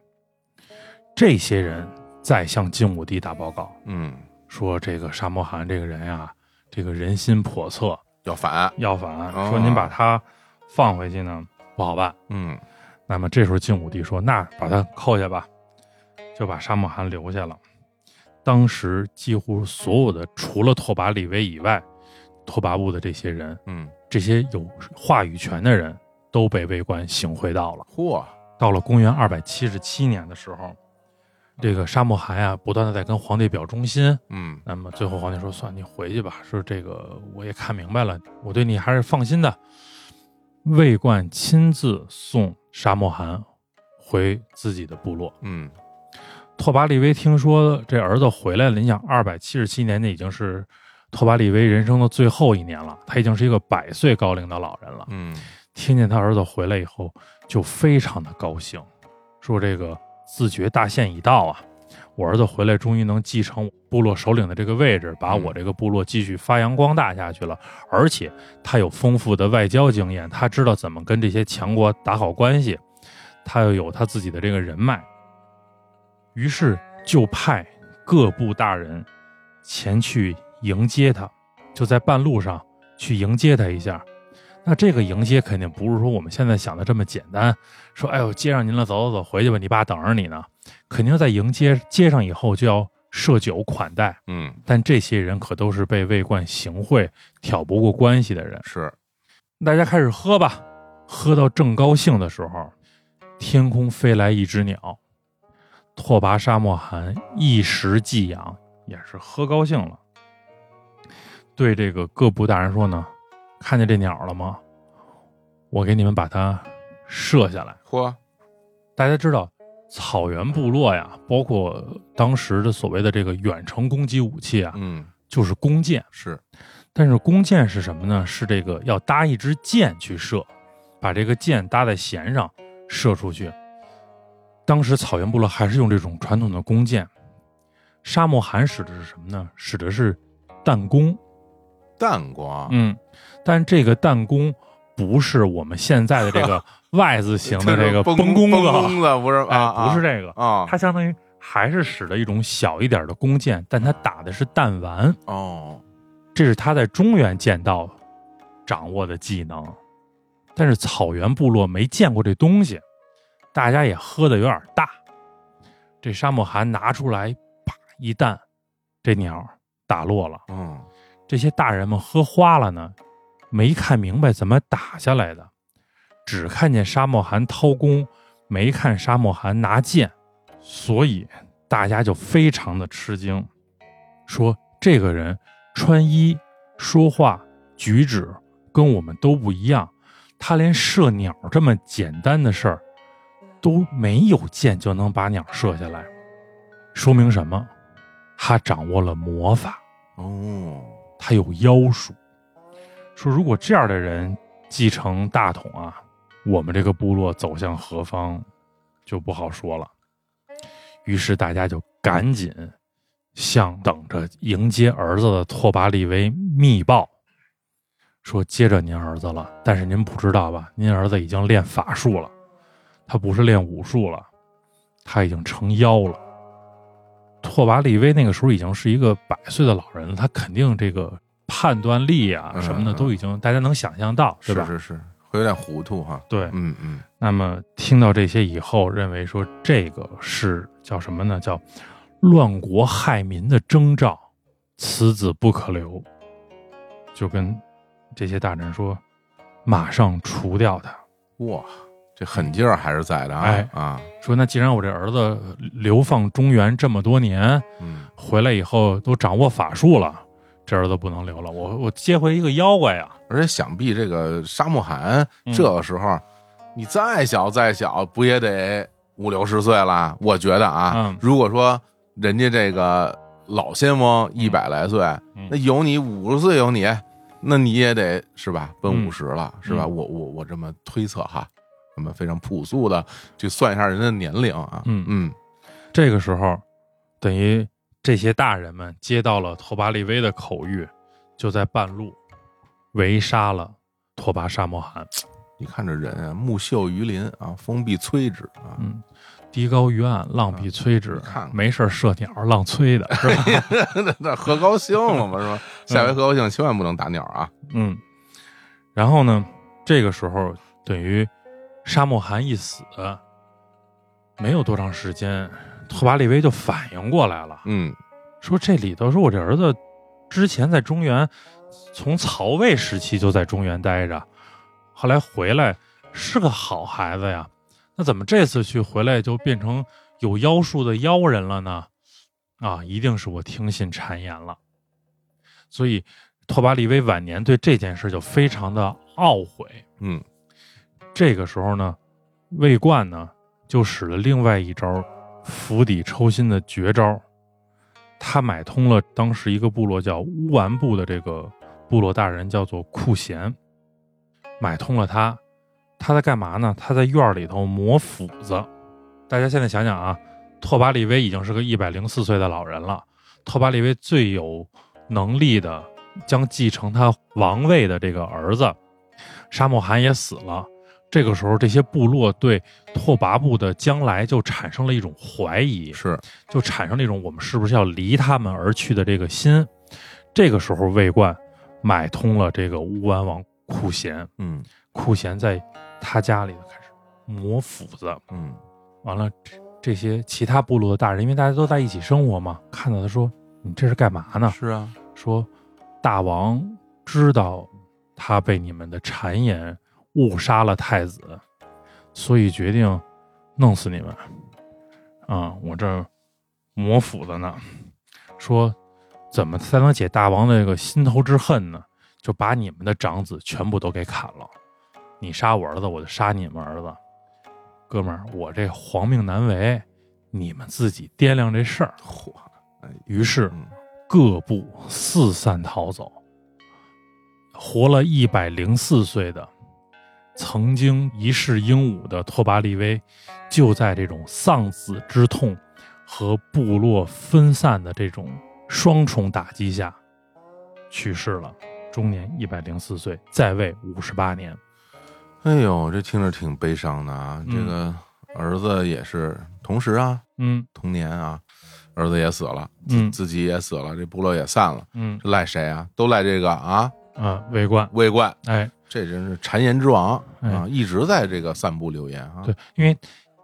Speaker 1: 这些人在向晋武帝打报告，
Speaker 2: 嗯，
Speaker 1: 说这个沙漠汗这个人呀、这个人心叵测，
Speaker 2: 要反，
Speaker 1: 要反，啊
Speaker 2: 哦
Speaker 1: 说您把他放回去呢不好办。
Speaker 2: 嗯
Speaker 1: 那么这时候晋武帝说：“那把他扣下吧。”就把沙漠汗留下了。当时几乎所有的，除了拓跋力微以外，拓跋部的这些人，
Speaker 2: 嗯，
Speaker 1: 这些有话语权的人，都被魏官行贿到了。
Speaker 2: 嚯，
Speaker 1: 到了公元二百七十七年的时候，这个沙漠汗啊，不断的在跟皇帝表忠心。
Speaker 2: 嗯
Speaker 1: 那么最后皇帝说：“算你回去吧，说这个我也看明白了，我对你还是放心的。”魏冠亲自送沙漠汗回自己的部落。
Speaker 2: 嗯
Speaker 1: 拓跋力微听说这儿子回来了，你想，二百七十七年那已经是拓跋力微人生的最后一年了，他已经是一个百岁高龄的老人了。
Speaker 2: 嗯
Speaker 1: 听见他儿子回来以后，就非常的高兴，说这个自觉大限已到啊，我儿子回来终于能继承部落首领的这个位置，把我这个部落继续发扬光大下去了。而且他有丰富的外交经验，他知道怎么跟这些强国打好关系，他又有他自己的这个人脉，于是就派各部大人前去迎接他，就在半路上去迎接他一下。那这个迎接肯定不是说我们现在想的这么简单，说哎呦接上您了，走走走，回去吧，你爸等着你呢。肯定在迎接接上以后就要设酒款待，
Speaker 2: 嗯，
Speaker 1: 但这些人可都是被魏冠行贿、挑拨过关系的人。
Speaker 2: 是，
Speaker 1: 大家开始喝吧，喝到正高兴的时候，天空飞来一只鸟，拓跋沙漠汗一时寄养，也是喝高兴了，对这个各部大人说呢：“看见这鸟了吗？我给你们把它射下来。
Speaker 2: 嚯，”
Speaker 1: 大家知道，草原部落呀，包括当时的所谓的这个远程攻击武器啊，
Speaker 2: 嗯，
Speaker 1: 就是弓箭。
Speaker 2: 是，
Speaker 1: 但是弓箭是什么呢？是这个要搭一支箭去射，把这个箭搭在弦上射出去。当时草原部落还是用这种传统的弓箭。沙漠寒使的是什么呢？使的是弹弓。
Speaker 2: 弹光，
Speaker 1: 嗯，但这个弹弓不是我们现在的这 个 Y 字形的这个
Speaker 2: 崩
Speaker 1: 崩弓
Speaker 2: 弓
Speaker 1: 子，
Speaker 2: 子不是啊，
Speaker 1: 哎，不是这个，
Speaker 2: 啊，
Speaker 1: 它相当于还是使的一种小一点的弓箭，但它打的是弹丸，
Speaker 2: 哦，
Speaker 1: 这是他在中原见到的掌握的技能。但是草原部落没见过这东西，大家也喝的有点大。这沙漠寒拿出来，啪一弹，这鸟打落了。
Speaker 2: 嗯，
Speaker 1: 这些大人们喝花了呢，没看明白怎么打下来的，只看见沙漠寒掏弓，没看沙漠寒拿剑，所以大家就非常的吃惊，说这个人穿衣、说话、举止跟我们都不一样，他连射鸟这么简单的事儿都没有箭就能把鸟射下来，说明什么？他掌握了魔法。
Speaker 2: 哦，
Speaker 1: 他有妖术。说如果这样的人继承大统啊，我们这个部落走向何方就不好说了。于是大家就赶紧向等着迎接儿子的拓跋力威密报，说接着您儿子了，但是您不知道吧？您儿子已经练法术了，他不是练武术了，他已经成妖了。拓跋力威那个时候已经是一个百岁的老人了，他肯定这个判断力啊
Speaker 2: 嗯
Speaker 1: 什么的
Speaker 2: 嗯
Speaker 1: 都已经大家能想象到，对
Speaker 2: 是
Speaker 1: 吧？
Speaker 2: 是是，会有点糊涂哈，
Speaker 1: 对，
Speaker 2: 嗯嗯，
Speaker 1: 那么听到这些以后，认为说这个是叫什么呢？叫乱国害民的征兆，此子不可留。就跟这些大臣说，马上除掉他。
Speaker 2: 哇，这狠劲儿还是在的啊，
Speaker 1: 哎
Speaker 2: 啊，
Speaker 1: 说那既然我这儿子流放中原这么多年，
Speaker 2: 嗯，
Speaker 1: 回来以后都掌握法术了，这儿子不能留了，我我接回一个妖怪啊呀、
Speaker 2: 而且想必这个沙漠寒
Speaker 1: 嗯
Speaker 2: 这个时候，你再小再小，不也得五六十岁了？我觉得啊
Speaker 1: 嗯，
Speaker 2: 如果说人家这个老仙翁一百来岁
Speaker 1: 嗯，
Speaker 2: 那有你五十岁有你，那你也得是吧？奔
Speaker 1: 嗯
Speaker 2: 五十了是吧？
Speaker 1: 嗯
Speaker 2: 我我我这么推测哈，我们非常朴素的去算一下人的年龄啊，
Speaker 1: 嗯
Speaker 2: 嗯
Speaker 1: 这个时候，等于这些大人们接到了拓跋力威的口谕，就在半路围杀了拓跋沙摩罕。
Speaker 2: 你看这人啊，木秀于林啊，风必摧之啊，
Speaker 1: 嗯，低高于岸，浪必摧之。
Speaker 2: 你看哎看
Speaker 1: 没事儿射鸟，浪摧的是吧？
Speaker 2: 那那喝高兴了嘛是 吧？下回喝高兴千万不能打鸟啊，
Speaker 1: 嗯。然后呢，这个时候等于沙漠寒一死，没有多长时间，拓跋力威就反应过来了，
Speaker 2: 嗯
Speaker 1: 说这里头说我这儿子之前在中原，从曹魏时期就在中原待着，后来回来是个好孩子呀，那怎么这次去回来就变成有妖术的妖人了呢？啊，一定是我听信谗言了。所以拓跋力威晚年对这件事就非常的懊悔。
Speaker 2: 嗯。
Speaker 1: 这个时候呢，魏冠呢就使了另外一招釜底抽薪的绝招，他买通了当时一个部落叫乌丸部的这个部落大人，叫做库贤，买通了他。他在干嘛呢？他在院儿里头磨斧子。大家现在想想啊，拓跋力威已经是个一百零四岁的老人了，拓跋力威最有能力的将继承他王位的这个儿子沙漠汗也死了。这个时候，这些部落对拓跋部的将来就产生了一种怀疑，
Speaker 2: 是，
Speaker 1: 就产生了一种我们是不是要离他们而去的这个心。这个时候，魏冠买通了这个乌丸王库贤，
Speaker 2: 嗯
Speaker 1: 库贤在他家里头开始磨斧子，
Speaker 2: 嗯
Speaker 1: 完了这这些其他部落的大人，因为大家都在一起生活嘛，看到他说：“你这是干嘛呢
Speaker 2: 是啊，？”
Speaker 1: 说：“大王知道他被你们的谗言误杀了太子，所以决定弄死你们。啊、我这磨斧子呢，说怎么才能解大王的这个心头之恨呢？就把你们的长子全部都给砍了，你杀我儿子，我就杀你们儿子。哥们儿，我这皇命难违，你们自己掂量这事儿。
Speaker 2: 嚯，哎
Speaker 1: 于是
Speaker 2: 嗯
Speaker 1: 各部四散逃走。活了一百零四岁的，曾经一世英武的托巴利威，就在这种丧子之痛和部落分散的这种双重打击下，去世了，终年一百零四岁，在位五十八年。
Speaker 2: 哎呦，这听着挺悲伤的啊！
Speaker 1: 嗯
Speaker 2: 这个儿子也是同时啊，
Speaker 1: 嗯
Speaker 2: 同年啊，儿子也死了，
Speaker 1: 嗯
Speaker 2: 自己也死了，这部落也散了，
Speaker 1: 嗯
Speaker 2: 这赖谁啊？都赖这个啊
Speaker 1: 啊，魏冠，
Speaker 2: 魏冠，
Speaker 1: 哎，
Speaker 2: 这真是谗言之王
Speaker 1: 哎
Speaker 2: 啊！一直在这个散布流言啊。
Speaker 1: 对，，因为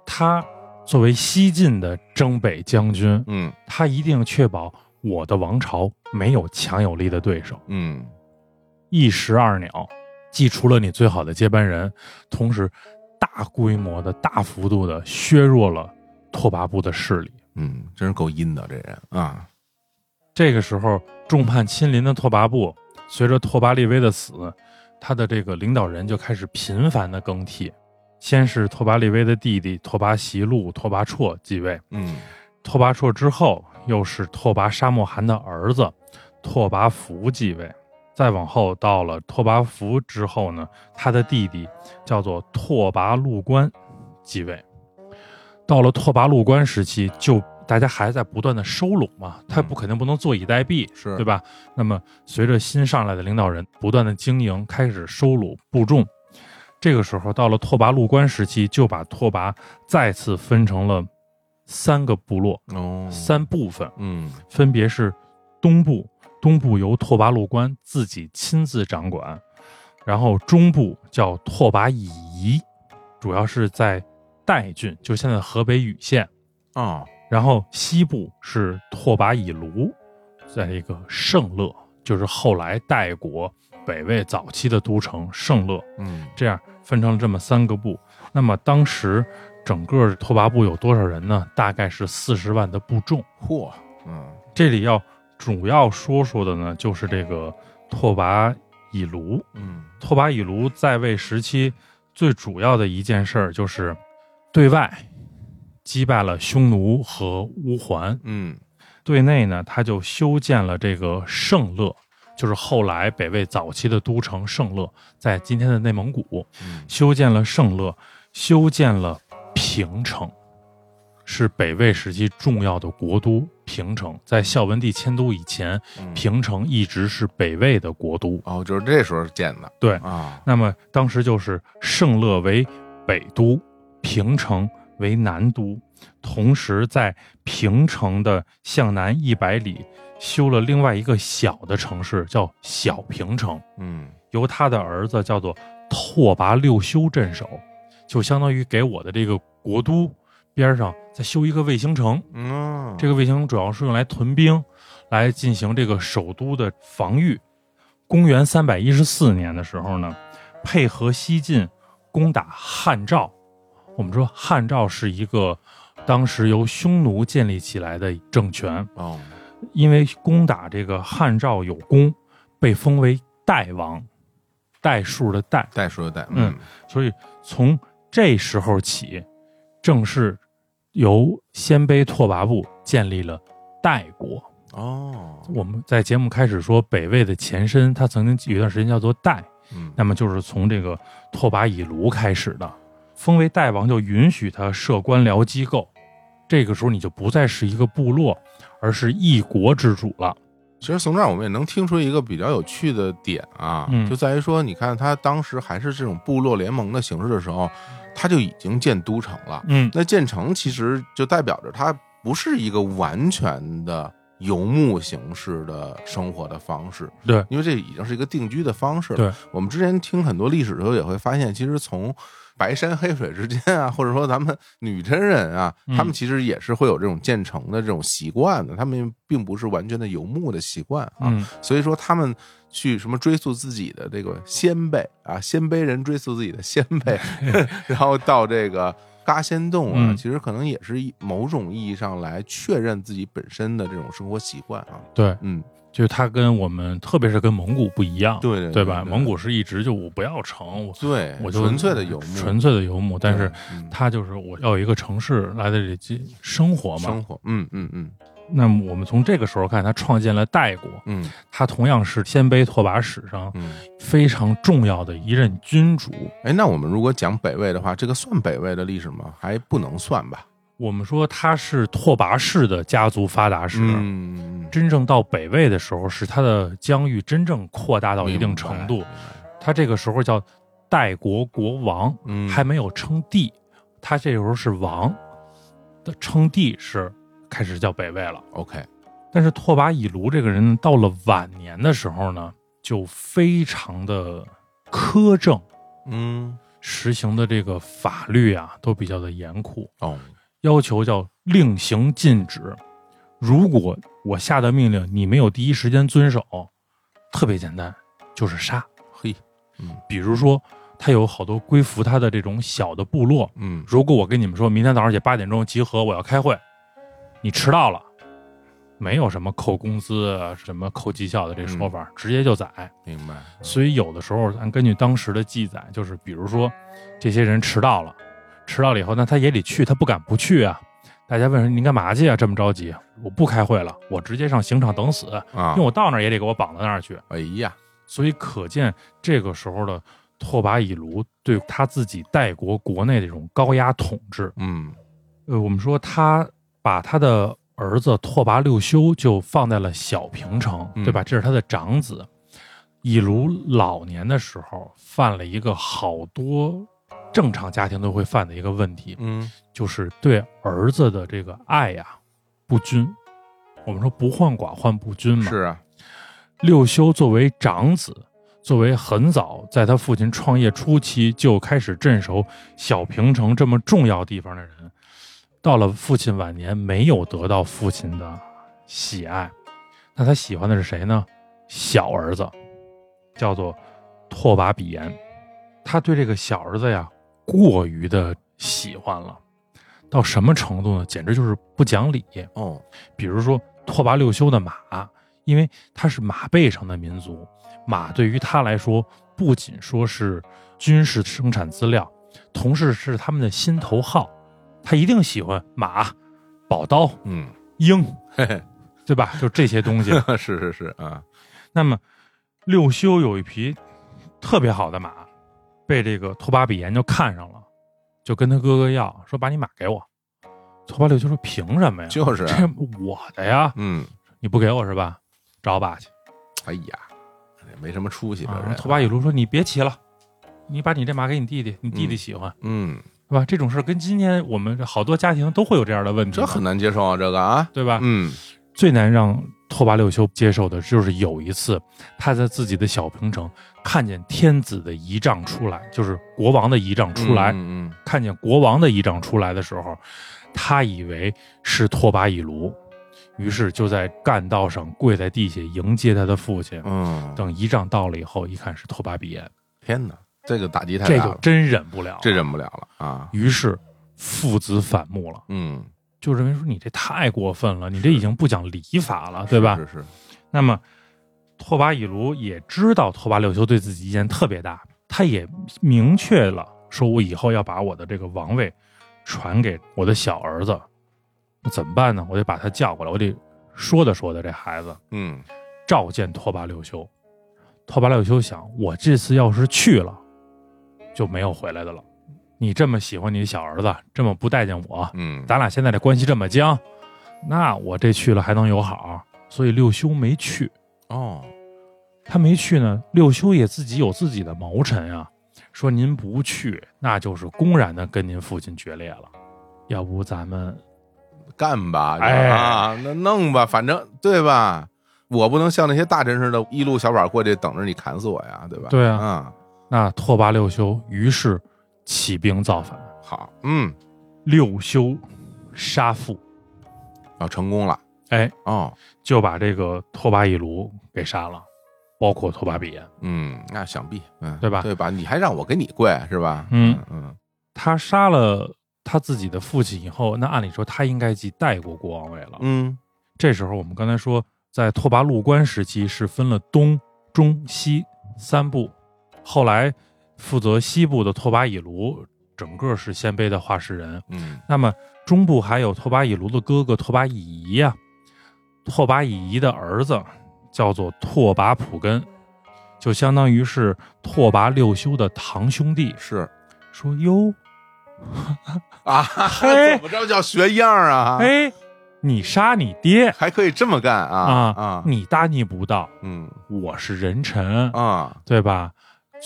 Speaker 1: 他作为西晋的征北将军，
Speaker 2: 嗯
Speaker 1: 他一定确保我的王朝没有强有力的对手，
Speaker 2: 嗯，
Speaker 1: 一石二鸟，既除了你最好的接班人，同时大规模的、大幅度的削弱了拓跋部的势力。
Speaker 2: 嗯，真是够阴的这人啊！
Speaker 1: 这个时候，众叛亲离的拓跋部，随着拓跋力威的死，他的这个领导人就开始频繁的更替。先是拓跋力威的弟弟拓跋习禄、拓跋绰继位，
Speaker 2: 嗯
Speaker 1: 拓跋绰之后，又是拓跋沙漠汗的儿子拓跋福继位。再往后到了拓跋福之后呢，他的弟弟叫做拓跋陆官继位。到了拓跋陆官时期，就大家还在不断的收拢嘛，他不肯定不能坐以待毙，
Speaker 2: 是
Speaker 1: 对吧？那么随着新上来的领导人不断的经营，开始收拢部众。这个时候到了拓跋陆官时期，就把拓跋再次分成了三个部落、
Speaker 2: 哦，
Speaker 1: 三部分，
Speaker 2: 嗯
Speaker 1: 分别是东部，东部由拓跋陆官自己亲自掌管，然后中部叫拓跋以夷，主要是在代郡，就现在的河北禹县，
Speaker 2: 哦，
Speaker 1: 然后西部是拓跋以卢，在一个圣乐，就是后来代国北魏早期的都城圣乐。
Speaker 2: 嗯
Speaker 1: 这样分成了这么三个部。那么当时整个拓跋部有多少人呢？大概是四十万的部众。
Speaker 2: 嚯，嗯
Speaker 1: 这里要主要说说的呢，就是这个拓跋以卢。
Speaker 2: 嗯
Speaker 1: 拓跋以卢在位时期最主要的一件事儿就是对外击败了匈奴和乌桓，
Speaker 2: 嗯
Speaker 1: 对内呢他就修建了这个圣乐。就是后来北魏早期的都城圣乐，在今天的内蒙古，
Speaker 2: 嗯，
Speaker 1: 修建了圣乐，修建了平城，是北魏时期重要的国都平城。在孝文帝迁都以前，
Speaker 2: 嗯
Speaker 1: 平城一直是北魏的国都。
Speaker 2: 哦，就是这时候建的，
Speaker 1: 对
Speaker 2: 啊，
Speaker 1: 那么当时就是圣乐为北都，平城为南都，同时在平城的向南一百里修了另外一个小的城市，叫小平城。
Speaker 2: 嗯
Speaker 1: 由他的儿子叫做拓跋六修镇守，就相当于给我的这个国都边上再修一个卫星城。
Speaker 2: 嗯，
Speaker 1: 这个卫星城主要是用来屯兵，来进行这个首都的防御。公元三百一十四年的时候呢，配合西晋攻打汉赵。我们说汉赵是一个当时由匈奴建立起来的政权，
Speaker 2: 哦，
Speaker 1: 因为攻打这个汉赵有功，被封为代王，代数的代，
Speaker 2: 代数的代，
Speaker 1: 嗯所以从这时候起，正式由鲜卑拓跋部建立了代国。
Speaker 2: 哦，
Speaker 1: 我们在节目开始说，北魏的前身，它曾经有一段时间叫做代，
Speaker 2: 嗯
Speaker 1: 那么就是从这个拓跋以卢开始的，封为代王就允许他设官僚机构，这个时候你就不再是一个部落，而是一国之主了。
Speaker 2: 其实从这儿我们也能听出一个比较有趣的点啊，
Speaker 1: 嗯
Speaker 2: 就在于说，你看他当时还是这种部落联盟的形式的时候，他就已经建都城了。
Speaker 1: 嗯，
Speaker 2: 那建城其实就代表着它不是一个完全的游牧形式的生活的方式，
Speaker 1: 对，啊
Speaker 2: 因为这已经是一个定居的方式了。
Speaker 1: 对，
Speaker 2: 我们之前听很多历史的时候也会发现，其实从白山黑水之间啊，或者说咱们女真人啊，
Speaker 1: 嗯
Speaker 2: 他们其实也是会有这种建成的这种习惯的，他们并不是完全的游牧的习惯啊。
Speaker 1: 嗯
Speaker 2: 所以说他们去什么追溯自己的这个先辈啊，鲜卑人追溯自己的先 辈，然后到这个嘎仙洞啊，
Speaker 1: 嗯
Speaker 2: 其实可能也是一某种意义上来确认自己本身的这种生活习惯啊。
Speaker 1: 对。
Speaker 2: 嗯
Speaker 1: 就是它跟我们，特别是跟蒙古不一样，
Speaker 2: 对对
Speaker 1: 哦吧？蒙古是一直就我不要城，我
Speaker 2: 对，
Speaker 1: 我就
Speaker 2: 纯粹的游牧，
Speaker 1: 纯粹的游牧，但是
Speaker 2: 对嗯
Speaker 1: 它就是我要有一个城市来在这里进生活嘛
Speaker 2: 生。活，嗯嗯嗯
Speaker 1: 那么我们从这个时候看，它创建了代国，
Speaker 2: 嗯
Speaker 1: 他同样是鲜卑拓跋史上
Speaker 2: 嗯。
Speaker 1: 非常重要的一任君主。
Speaker 2: 哎，那我们如果讲北魏的话，这个算北魏的历史吗？还不能算吧。
Speaker 1: 我们说他是拓跋氏的家族发达史，
Speaker 2: 嗯，
Speaker 1: 真正到北魏的时候，是他的疆域真正扩大到一定程度
Speaker 2: 明白。，
Speaker 1: 他这个时候叫代国国王，
Speaker 2: 嗯，
Speaker 1: 还没有称帝，他这时候是王的称帝是开始叫北魏了。
Speaker 2: OK，
Speaker 1: 但是拓跋以卢这个人呢到了晚年的时候呢，就非常的苛政。
Speaker 2: 嗯，
Speaker 1: 实行的这个法律啊，都比较的严酷，
Speaker 2: 哦，
Speaker 1: 要求叫令行禁止。如果我下的命令你没有第一时间遵守，特别简单，就是杀。
Speaker 2: 嘿，嗯
Speaker 1: 比如说，他有好多归服他的这种小的部落，
Speaker 2: 嗯，
Speaker 1: 如果我跟你们说明天早上起八点钟集合，我要开会，你迟到了，没有什么扣工资、啊什么扣绩效的这说法，直接就宰。
Speaker 2: 明白，
Speaker 1: 所以有的时候，按根据当时的记载，就是比如说，这些人迟到了，迟到了以后，那他也得去，他不敢不去啊。大家问说您干嘛去啊？这么着急？我不开会了，我直接上刑场等死，
Speaker 2: 啊
Speaker 1: 因为，我到那儿也得给我绑到那儿去。
Speaker 2: 哎呀，
Speaker 1: 所以可见这个时候的拓跋以卢对他自己代国国内的这种高压统治，
Speaker 2: 嗯，
Speaker 1: 呃，我们说他把他的儿子拓跋六修就放在了小平城，
Speaker 2: 嗯
Speaker 1: 对吧？这是他的长子。以卢老年的时候犯了一个好多正常家庭都会犯的一个问题，
Speaker 2: 嗯，
Speaker 1: 就是对儿子的这个爱呀、不均。我们说不患寡患不均嘛。
Speaker 2: 是啊，
Speaker 1: 六修作为长子，作为很早在他父亲创业初期就开始镇守小平城这么重要地方的人，到了父亲晚年没有得到父亲的喜爱，那他喜欢的是谁呢？小儿子，叫做拓跋比颜，他对这个小儿子呀过于的喜欢了，到什么程度呢？简直就是不讲理。
Speaker 2: 哦，
Speaker 1: 比如说拓跋六修的马，啊因为他是马背上的民族，马对于他来说不仅说是军事生产资料，同时是他们的心头好，他一定喜欢马、宝刀、
Speaker 2: 嗯，
Speaker 1: 鹰，
Speaker 2: 嘿嘿，
Speaker 1: 对吧？就这些东西。
Speaker 2: 是是是啊，
Speaker 1: 那么六修有一匹特别好的马，被这个拓跋比颜就看上了，就跟他哥哥要说把你马给我。拓跋六修说凭什么呀？
Speaker 2: 就是啊
Speaker 1: 这我的呀，
Speaker 2: 嗯，
Speaker 1: 你不给我是吧？找把去。
Speaker 2: 哎呀，也没什么出息，这
Speaker 1: 啊，
Speaker 2: 人
Speaker 1: 然后拓跋以卢说：“你别骑了，你把你这马给你弟弟，你弟弟喜欢，
Speaker 2: 嗯，
Speaker 1: 对吧？”这种事儿跟今天我们好多家庭都会有这样的问题
Speaker 2: 这
Speaker 1: 嘛，
Speaker 2: 很难接受啊，这个啊，
Speaker 1: 对吧？
Speaker 2: 嗯，
Speaker 1: 最难让拓跋六修接受的就是有一次他在自己的小平城看见天子的仪仗出来，就是国王的仪仗出来，
Speaker 2: 嗯嗯
Speaker 1: 看见国王的仪仗出来的时候，他以为是拓跋以卢，于是就在干道上跪在地下迎接他的父亲。
Speaker 2: 嗯，
Speaker 1: 等仪仗到了以后，一看是拓跋比颜。
Speaker 2: 天哪，这个打击太
Speaker 1: 这
Speaker 2: 大
Speaker 1: 个
Speaker 2: 了，
Speaker 1: 真忍不了，
Speaker 2: 这忍不了了啊，
Speaker 1: 于是父子反目了，
Speaker 2: 嗯，
Speaker 1: 就认为说你这太过分了，你这已经不讲礼法了，啊对吧？
Speaker 2: 是是，
Speaker 1: 那么拓跋以卢也知道拓跋六修对自己意见特别大，他也明确了说，我以后要把我的这个王位传给我的小儿子，那怎么办呢？我得把他叫过来，我得说的说的这孩子。
Speaker 2: 嗯，
Speaker 1: 召见拓跋六修。拓跋六修想，我这次要是去了，就没有回来的了。你这么喜欢你小儿子，这么不待见我，
Speaker 2: 嗯，
Speaker 1: 咱俩现在这关系这么僵，那我这去了还能友好？所以六修没去。
Speaker 2: 哦，
Speaker 1: 他没去呢，六修也自己有自己的谋臣啊，说您不去，那就是公然的跟您父亲决裂了。要不咱们
Speaker 2: 干吧，
Speaker 1: 哎
Speaker 2: 啊，那弄吧，反正对吧？我不能像那些大臣似的，一路小板过去等着你砍死我呀，对吧？
Speaker 1: 对啊
Speaker 2: 啊，
Speaker 1: 那拓跋六修于是起兵造反，
Speaker 2: 嗯，好，嗯，
Speaker 1: 六修杀父，
Speaker 2: 啊，成功了，
Speaker 1: 哎，
Speaker 2: 哦，
Speaker 1: 就把这个拓跋以卢给杀了，包括拓跋比颜。
Speaker 2: 嗯，那想必，嗯，
Speaker 1: 对吧
Speaker 2: 对吧？你还让我给你跪是吧？
Speaker 1: 嗯
Speaker 2: 嗯
Speaker 1: 他杀了他自己的父亲以后，那按理说他应该继代国国王位了。
Speaker 2: 嗯
Speaker 1: 这时候我们刚才说，在拓跋陆关时期是分了东、中、西三部，后来负责西部的拓跋以卢，整个是鲜卑的化石人。
Speaker 2: 嗯
Speaker 1: 那么中部还有拓跋以卢的哥哥拓跋以夷呀、拓跋以夷的儿子叫做拓跋普根，就相当于是拓跋六修的堂兄弟。
Speaker 2: 嗯是
Speaker 1: 说哟，
Speaker 2: 啊，
Speaker 1: 嘿
Speaker 2: 怎么着叫学样啊？
Speaker 1: 哎，你杀你爹，
Speaker 2: 还可以这么干啊
Speaker 1: 啊
Speaker 2: 啊
Speaker 1: 你大逆不道，
Speaker 2: 嗯
Speaker 1: 我是人臣，
Speaker 2: 啊
Speaker 1: 对吧？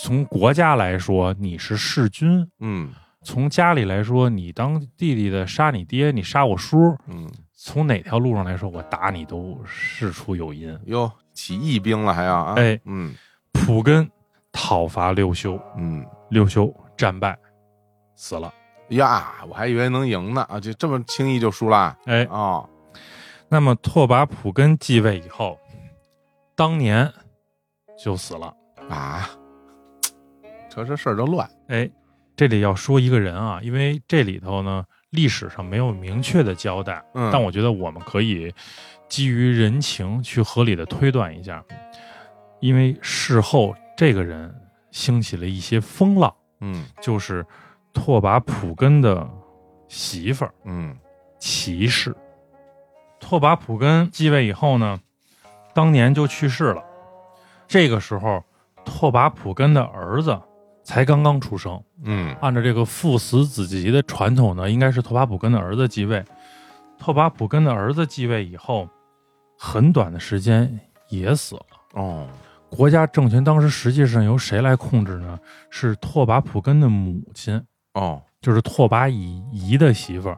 Speaker 1: 从国家来说，你是弑君；
Speaker 2: 嗯
Speaker 1: 从家里来说，你当弟弟的杀你爹，你杀我叔。
Speaker 2: 嗯，
Speaker 1: 从哪条路上来说，我打你都事出有因。
Speaker 2: 哟，起义兵了还要啊？
Speaker 1: 哎
Speaker 2: 嗯
Speaker 1: 普根讨伐六修，
Speaker 2: 嗯。
Speaker 1: 六修战败，死了。
Speaker 2: 呀，我还以为能赢呢啊，就这么轻易就输啦
Speaker 1: 哎，
Speaker 2: 啊！
Speaker 1: 那么拓跋普根继位以后，当年就死了。
Speaker 2: 啊，这这事儿都乱，
Speaker 1: 哎，这里要说一个人啊，因为这里头呢历史上没有明确的交代，
Speaker 2: 嗯，
Speaker 1: 但我觉得我们可以基于人情去合理的推断一下，因为事后这个人兴起了一些风浪，
Speaker 2: 嗯
Speaker 1: 就是拓跋普根的媳妇儿
Speaker 2: 嗯
Speaker 1: 齐氏。拓跋普根继位以后呢，当年就去世了。这个时候，拓跋普根的儿子才刚刚出生。
Speaker 2: 嗯
Speaker 1: 按照这个父死子集的传统呢，应该是拓跋普根的儿子继位。拓跋普根的儿子继位以后，很短的时间也死了。
Speaker 2: 哦，
Speaker 1: 国家政权当时实际上由谁来控制呢？是拓跋普根的母亲，
Speaker 2: 哦，
Speaker 1: 就是拓跋以夷的媳妇儿，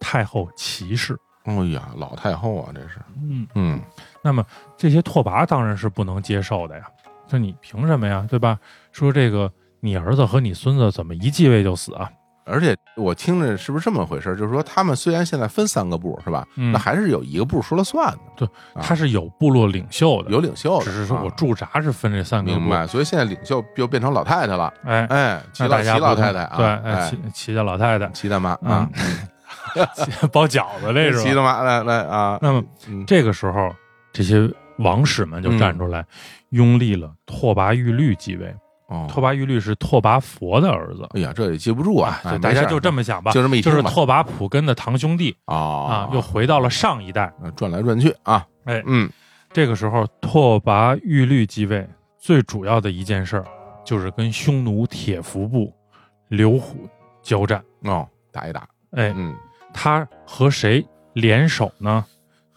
Speaker 1: 太后齐氏。
Speaker 2: 哎呀，老太后啊，这是，
Speaker 1: 嗯，
Speaker 2: 嗯
Speaker 1: 那么这些拓跋当然是不能接受的呀，说你凭什么呀，对吧？说这个你儿子和你孙子怎么一继位就死啊？
Speaker 2: 而且我听着是不是这么回事儿？就是说，他们虽然现在分三个部是吧，
Speaker 1: 嗯
Speaker 2: 那还是有一个部说了算的，啊
Speaker 1: 他是有部落领袖的，
Speaker 2: 有领袖的，
Speaker 1: 只是说我
Speaker 2: 啊
Speaker 1: 驻扎是分这三个部
Speaker 2: 明白，所以现在领袖就变成老太太了，
Speaker 1: 哎，
Speaker 2: 哎，齐
Speaker 1: 那
Speaker 2: 老
Speaker 1: 大
Speaker 2: 齐
Speaker 1: 家
Speaker 2: 老
Speaker 1: 不同
Speaker 2: 太太啊，
Speaker 1: 对，哎
Speaker 2: 哎，
Speaker 1: 齐齐家老太太
Speaker 2: 齐大妈
Speaker 1: 啊，， 包饺子这
Speaker 2: 齐
Speaker 1: 是吧。
Speaker 2: 大妈来来啊，
Speaker 1: 那么
Speaker 2: 嗯
Speaker 1: 这个时候，这些王室们就站出来，拥立了拓跋玉律继位。
Speaker 2: 哦
Speaker 1: 拓跋玉律是拓跋佛的儿子，
Speaker 2: 哎呀，这也记不住啊，哎
Speaker 1: 就大家就这
Speaker 2: 么
Speaker 1: 么想吧，
Speaker 2: 就这么一
Speaker 1: 就是
Speaker 2: 听吧，
Speaker 1: 拓跋普根的堂兄弟
Speaker 2: 啊
Speaker 1: 啊，又回到了上一代。
Speaker 2: 呃转来转去啊，
Speaker 1: 哎
Speaker 2: 嗯
Speaker 1: 这个时候，拓跋玉律继位，最主要的一件事儿就是跟匈奴铁服部刘虎交战。
Speaker 2: 哦，打一打，
Speaker 1: 哎，
Speaker 2: 嗯
Speaker 1: 他和谁联手呢？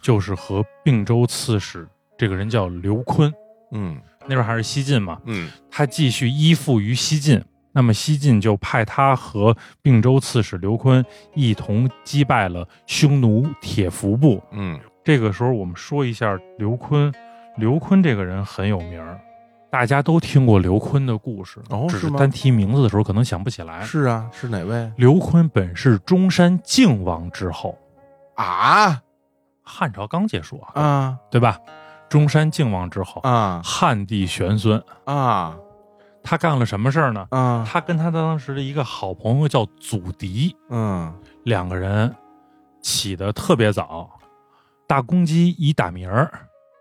Speaker 1: 就是和并州刺史，这个人叫刘琨，
Speaker 2: 嗯
Speaker 1: 那边还是西晋嘛，
Speaker 2: 嗯
Speaker 1: 他继续依附于西晋。那么西晋就派他和并州刺史刘琨一同击败了匈奴铁服部。
Speaker 2: 嗯
Speaker 1: 这个时候，我们说一下刘琨。刘琨这个人很有名儿，大家都听过刘琨的故事，
Speaker 2: 哦
Speaker 1: 只
Speaker 2: 是
Speaker 1: 是
Speaker 2: 吗
Speaker 1: 单提名字的时候可能想不起来。
Speaker 2: 是啊，是哪位
Speaker 1: 刘琨本是中山靖王之后，
Speaker 2: 啊
Speaker 1: 汉朝刚结束啊，
Speaker 2: 啊
Speaker 1: 对吧？中山靖王之后，
Speaker 2: 啊
Speaker 1: 汉帝玄孙，
Speaker 2: 啊
Speaker 1: 他干了什么事儿呢？
Speaker 2: 啊
Speaker 1: 他跟他当时的一个好朋友叫祖迪，
Speaker 2: 嗯
Speaker 1: 两个人起得特别早，大公鸡一打鸣儿，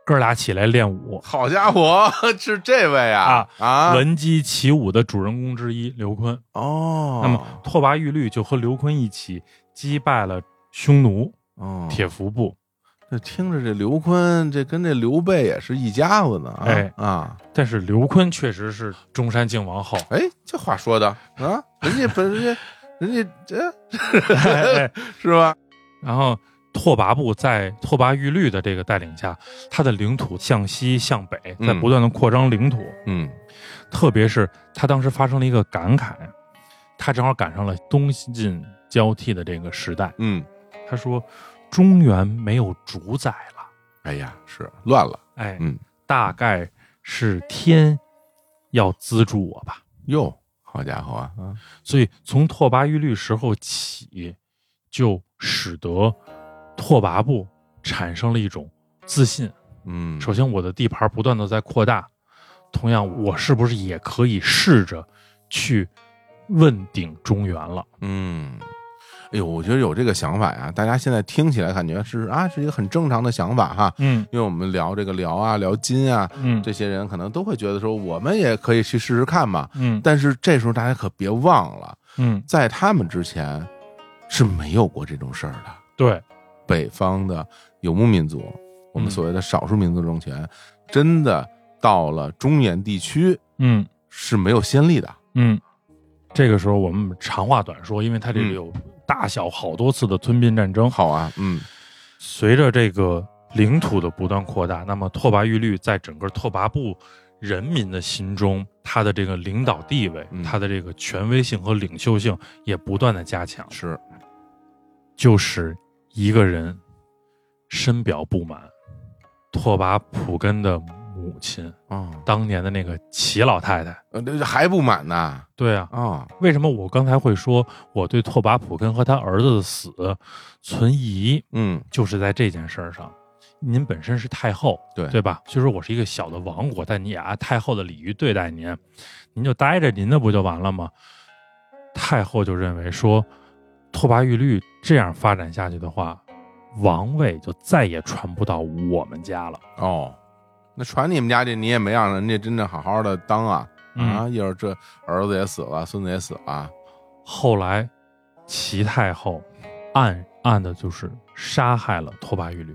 Speaker 1: 哥俩起来练舞。
Speaker 2: 好家伙，是这位啊啊
Speaker 1: 闻鸡起舞的主人公之一刘琨，
Speaker 2: 哦，
Speaker 1: 那么拓跋玉律就和刘琨一起击败了匈奴
Speaker 2: 哦，
Speaker 1: 铁服部。
Speaker 2: 这听着这刘坤，这跟这刘备也是一家子呢啊
Speaker 1: 哎
Speaker 2: 啊
Speaker 1: 但是刘琨确实是中山靖王 后，
Speaker 2: 哎，这话说的啊，人家本人家人家这
Speaker 1: 哎哎
Speaker 2: 是吧？
Speaker 1: 然后拓跋部在拓跋玉律的这个带领下，他的领土向西向北，
Speaker 2: 嗯
Speaker 1: 在不断的扩张领土。
Speaker 2: 嗯
Speaker 1: 特别是他当时发生了一个感慨，他正好赶上了东晋交替的这个时代。
Speaker 2: 嗯，
Speaker 1: 他说：“中原没有主宰了，
Speaker 2: 哎呀，是乱了
Speaker 1: 哎，
Speaker 2: 嗯
Speaker 1: 大概是天要资助我吧。”
Speaker 2: 哟，好家伙啊！啊
Speaker 1: 所以从拓跋玉律时候起，就使得拓跋部产生了一种自信。
Speaker 2: 嗯，
Speaker 1: 首先，我的地盘不断的在扩大，同样，我是不是也可以试着去问鼎中原了？
Speaker 2: 嗯，哎呦，我觉得有这个想法呀，大家现在听起来感觉是啊，是一个很正常的想法哈。
Speaker 1: 嗯
Speaker 2: 因为我们聊这个聊啊，聊金啊，
Speaker 1: 嗯
Speaker 2: 这些人可能都会觉得说，我们也可以去试试看嘛。
Speaker 1: 嗯
Speaker 2: 但是这时候大家可别忘了，
Speaker 1: 嗯，
Speaker 2: 在他们之前是没有过这种事儿的。
Speaker 1: 对，
Speaker 2: 北方的游牧民族，我们所谓的少数民族政权，真的到了中原地区
Speaker 1: 嗯
Speaker 2: 是没有先例的。
Speaker 1: 嗯，这个时候我们长话短说，因为它这里
Speaker 2: 嗯
Speaker 1: 有大小好多次的吞并战争，
Speaker 2: 好啊，嗯
Speaker 1: 随着这个领土的不断扩大，那么拓跋玉律在整个拓跋部人民的心中，他的这个领导地位
Speaker 2: 嗯、
Speaker 1: 他的这个权威性和领袖性也不断的加强，
Speaker 2: 是，
Speaker 1: 就是一个人深表不满，拓跋普根的母亲
Speaker 2: 哦，
Speaker 1: 当年的那个齐老太太。
Speaker 2: 呃这还不满呢
Speaker 1: 对啊，
Speaker 2: 啊，
Speaker 1: 为什么我刚才会说我对拓跋普根和他儿子的死存疑？
Speaker 2: 嗯，
Speaker 1: 就是在这件事儿上，您本身是太后，
Speaker 2: 对
Speaker 1: 对吧？虽说我是一个小的王国，但你也按太后的礼仪对待您，您就待着您的不就完了吗？太后就认为说，拓跋玉律这样发展下去的话，王位就再也传不到我们家了。
Speaker 2: 哦，那传你们家这你也没让人家真正好好的当啊、啊，
Speaker 1: 嗯，
Speaker 2: 一会儿这儿子也死了，孙子也死了，
Speaker 1: 后来齐太后暗暗的就是杀害了拓跋玉律，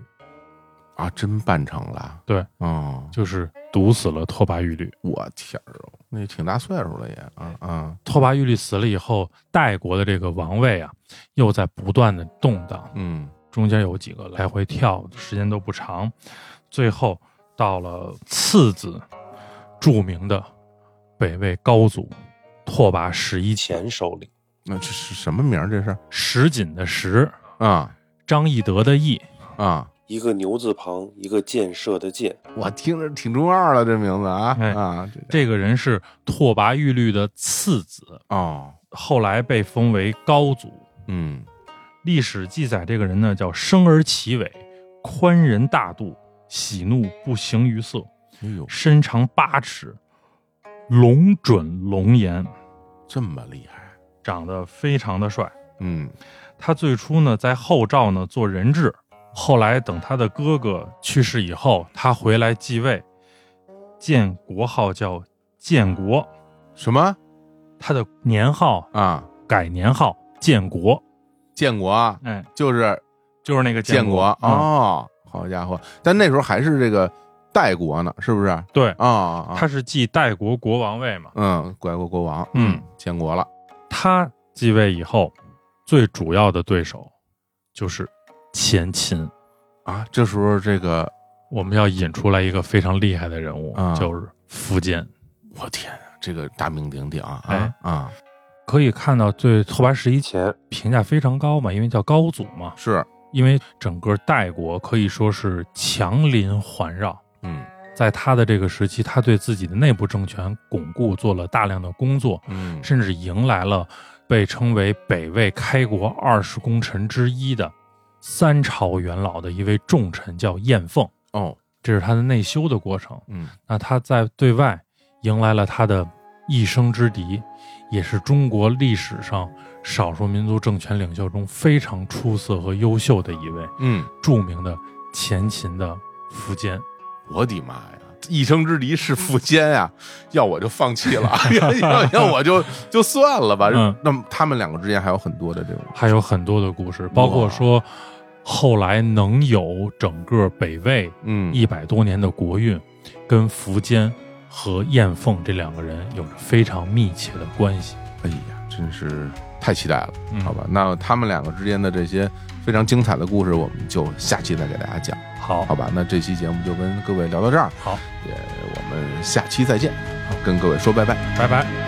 Speaker 2: 啊，真办成了，
Speaker 1: 对，
Speaker 2: 哦，
Speaker 1: 就是毒死了拓跋玉律。
Speaker 2: 我天儿哦，那挺大岁数了也啊啊，
Speaker 1: 拓跋玉律死了以后，代国的这个王位啊，又在不断的动荡，
Speaker 2: 嗯
Speaker 1: 中间有几个来回跳，时间都不长，最后到了次子，著名的北魏高祖拓跋十一前
Speaker 3: 前手里。
Speaker 2: 那这是什么名儿这是
Speaker 1: 石锦的石，
Speaker 2: 啊
Speaker 1: 张翼德的翼，
Speaker 2: 啊，
Speaker 3: 一个牛字旁，一个建设的建，
Speaker 2: 我听着挺中二了这名字啊、
Speaker 1: 哎
Speaker 2: 啊，这
Speaker 1: 这个人是拓跋玉律的次子，
Speaker 2: 哦，
Speaker 1: 后来被封为高祖。
Speaker 2: 嗯
Speaker 1: 历史记载，这个人呢叫生而其伟，宽仁大度，喜怒不形于色。
Speaker 2: 哎呦，
Speaker 1: 身长八尺，龙准龙颜，
Speaker 2: 这么厉害，
Speaker 1: 长得非常的帅。
Speaker 2: 嗯
Speaker 1: 他最初呢在后赵呢做人质，后来等他的哥哥去世以后，他回来继位，建国号叫建国，
Speaker 2: 什么
Speaker 1: 他的年号
Speaker 2: 啊？
Speaker 1: 改年号建国，
Speaker 2: 建国啊
Speaker 1: 哎，
Speaker 2: 就是
Speaker 1: 就是那个
Speaker 2: 建国
Speaker 1: 国嗯
Speaker 2: 哦，好家伙！但那时候还是这个代国呢，是不是？啊
Speaker 1: 对，
Speaker 2: 啊，啊
Speaker 1: 他是继代国国王位嘛，
Speaker 2: 嗯，改国国王，
Speaker 1: 嗯，
Speaker 2: 建国了，
Speaker 1: 他继位以后，最主要的对手就是前秦。
Speaker 2: 啊，这时候这个，
Speaker 1: 我们要引出来一个非常厉害的人物，
Speaker 2: 啊
Speaker 1: 就是苻坚。
Speaker 2: 我天啊，这个大名鼎鼎啊
Speaker 1: 哎
Speaker 2: 啊啊，
Speaker 1: 可以看到对拓跋十一
Speaker 3: 前
Speaker 1: 评价非常高嘛，因为叫高祖嘛，
Speaker 2: 是，
Speaker 1: 因为整个代国可以说是强邻环绕，
Speaker 2: 嗯
Speaker 1: 在他的这个时期，他对自己的内部政权巩固做了大量的工作，
Speaker 2: 嗯
Speaker 1: 甚至迎来了被称为北魏开国二十功臣之一的三朝元老的一位重臣，叫晏凤，
Speaker 2: 哦，
Speaker 1: 这是他的内修的过程。
Speaker 2: 嗯
Speaker 1: 那他在对外迎来了他的一生之敌，也是中国历史上少数民族政权领袖中非常出色和优秀的一位，
Speaker 2: 嗯，
Speaker 1: 著名的前秦的苻坚。
Speaker 2: 我的妈呀！一生之敌
Speaker 1: 嗯
Speaker 2: 是苻坚呀，要我就放弃了， 要要要我就就算了吧。
Speaker 1: 嗯
Speaker 2: 那么他们两个之间还有很多的这种，
Speaker 1: 还有很多的故事，包括说后来能有整个北魏
Speaker 2: 嗯，
Speaker 1: 一百多年的国运，跟苻坚和晏凤这两个人有着非常密切的关系。
Speaker 2: 哎呀，真是太期待了，
Speaker 1: 嗯
Speaker 2: 好吧？那他们两个之间的这些非常精彩的故事，我们就下期再给大家讲，
Speaker 1: 好，
Speaker 2: 好吧？那这期节目就跟各位聊到这儿，
Speaker 1: 好，
Speaker 2: 也我们下期再见，跟各位说拜拜。
Speaker 1: 拜拜。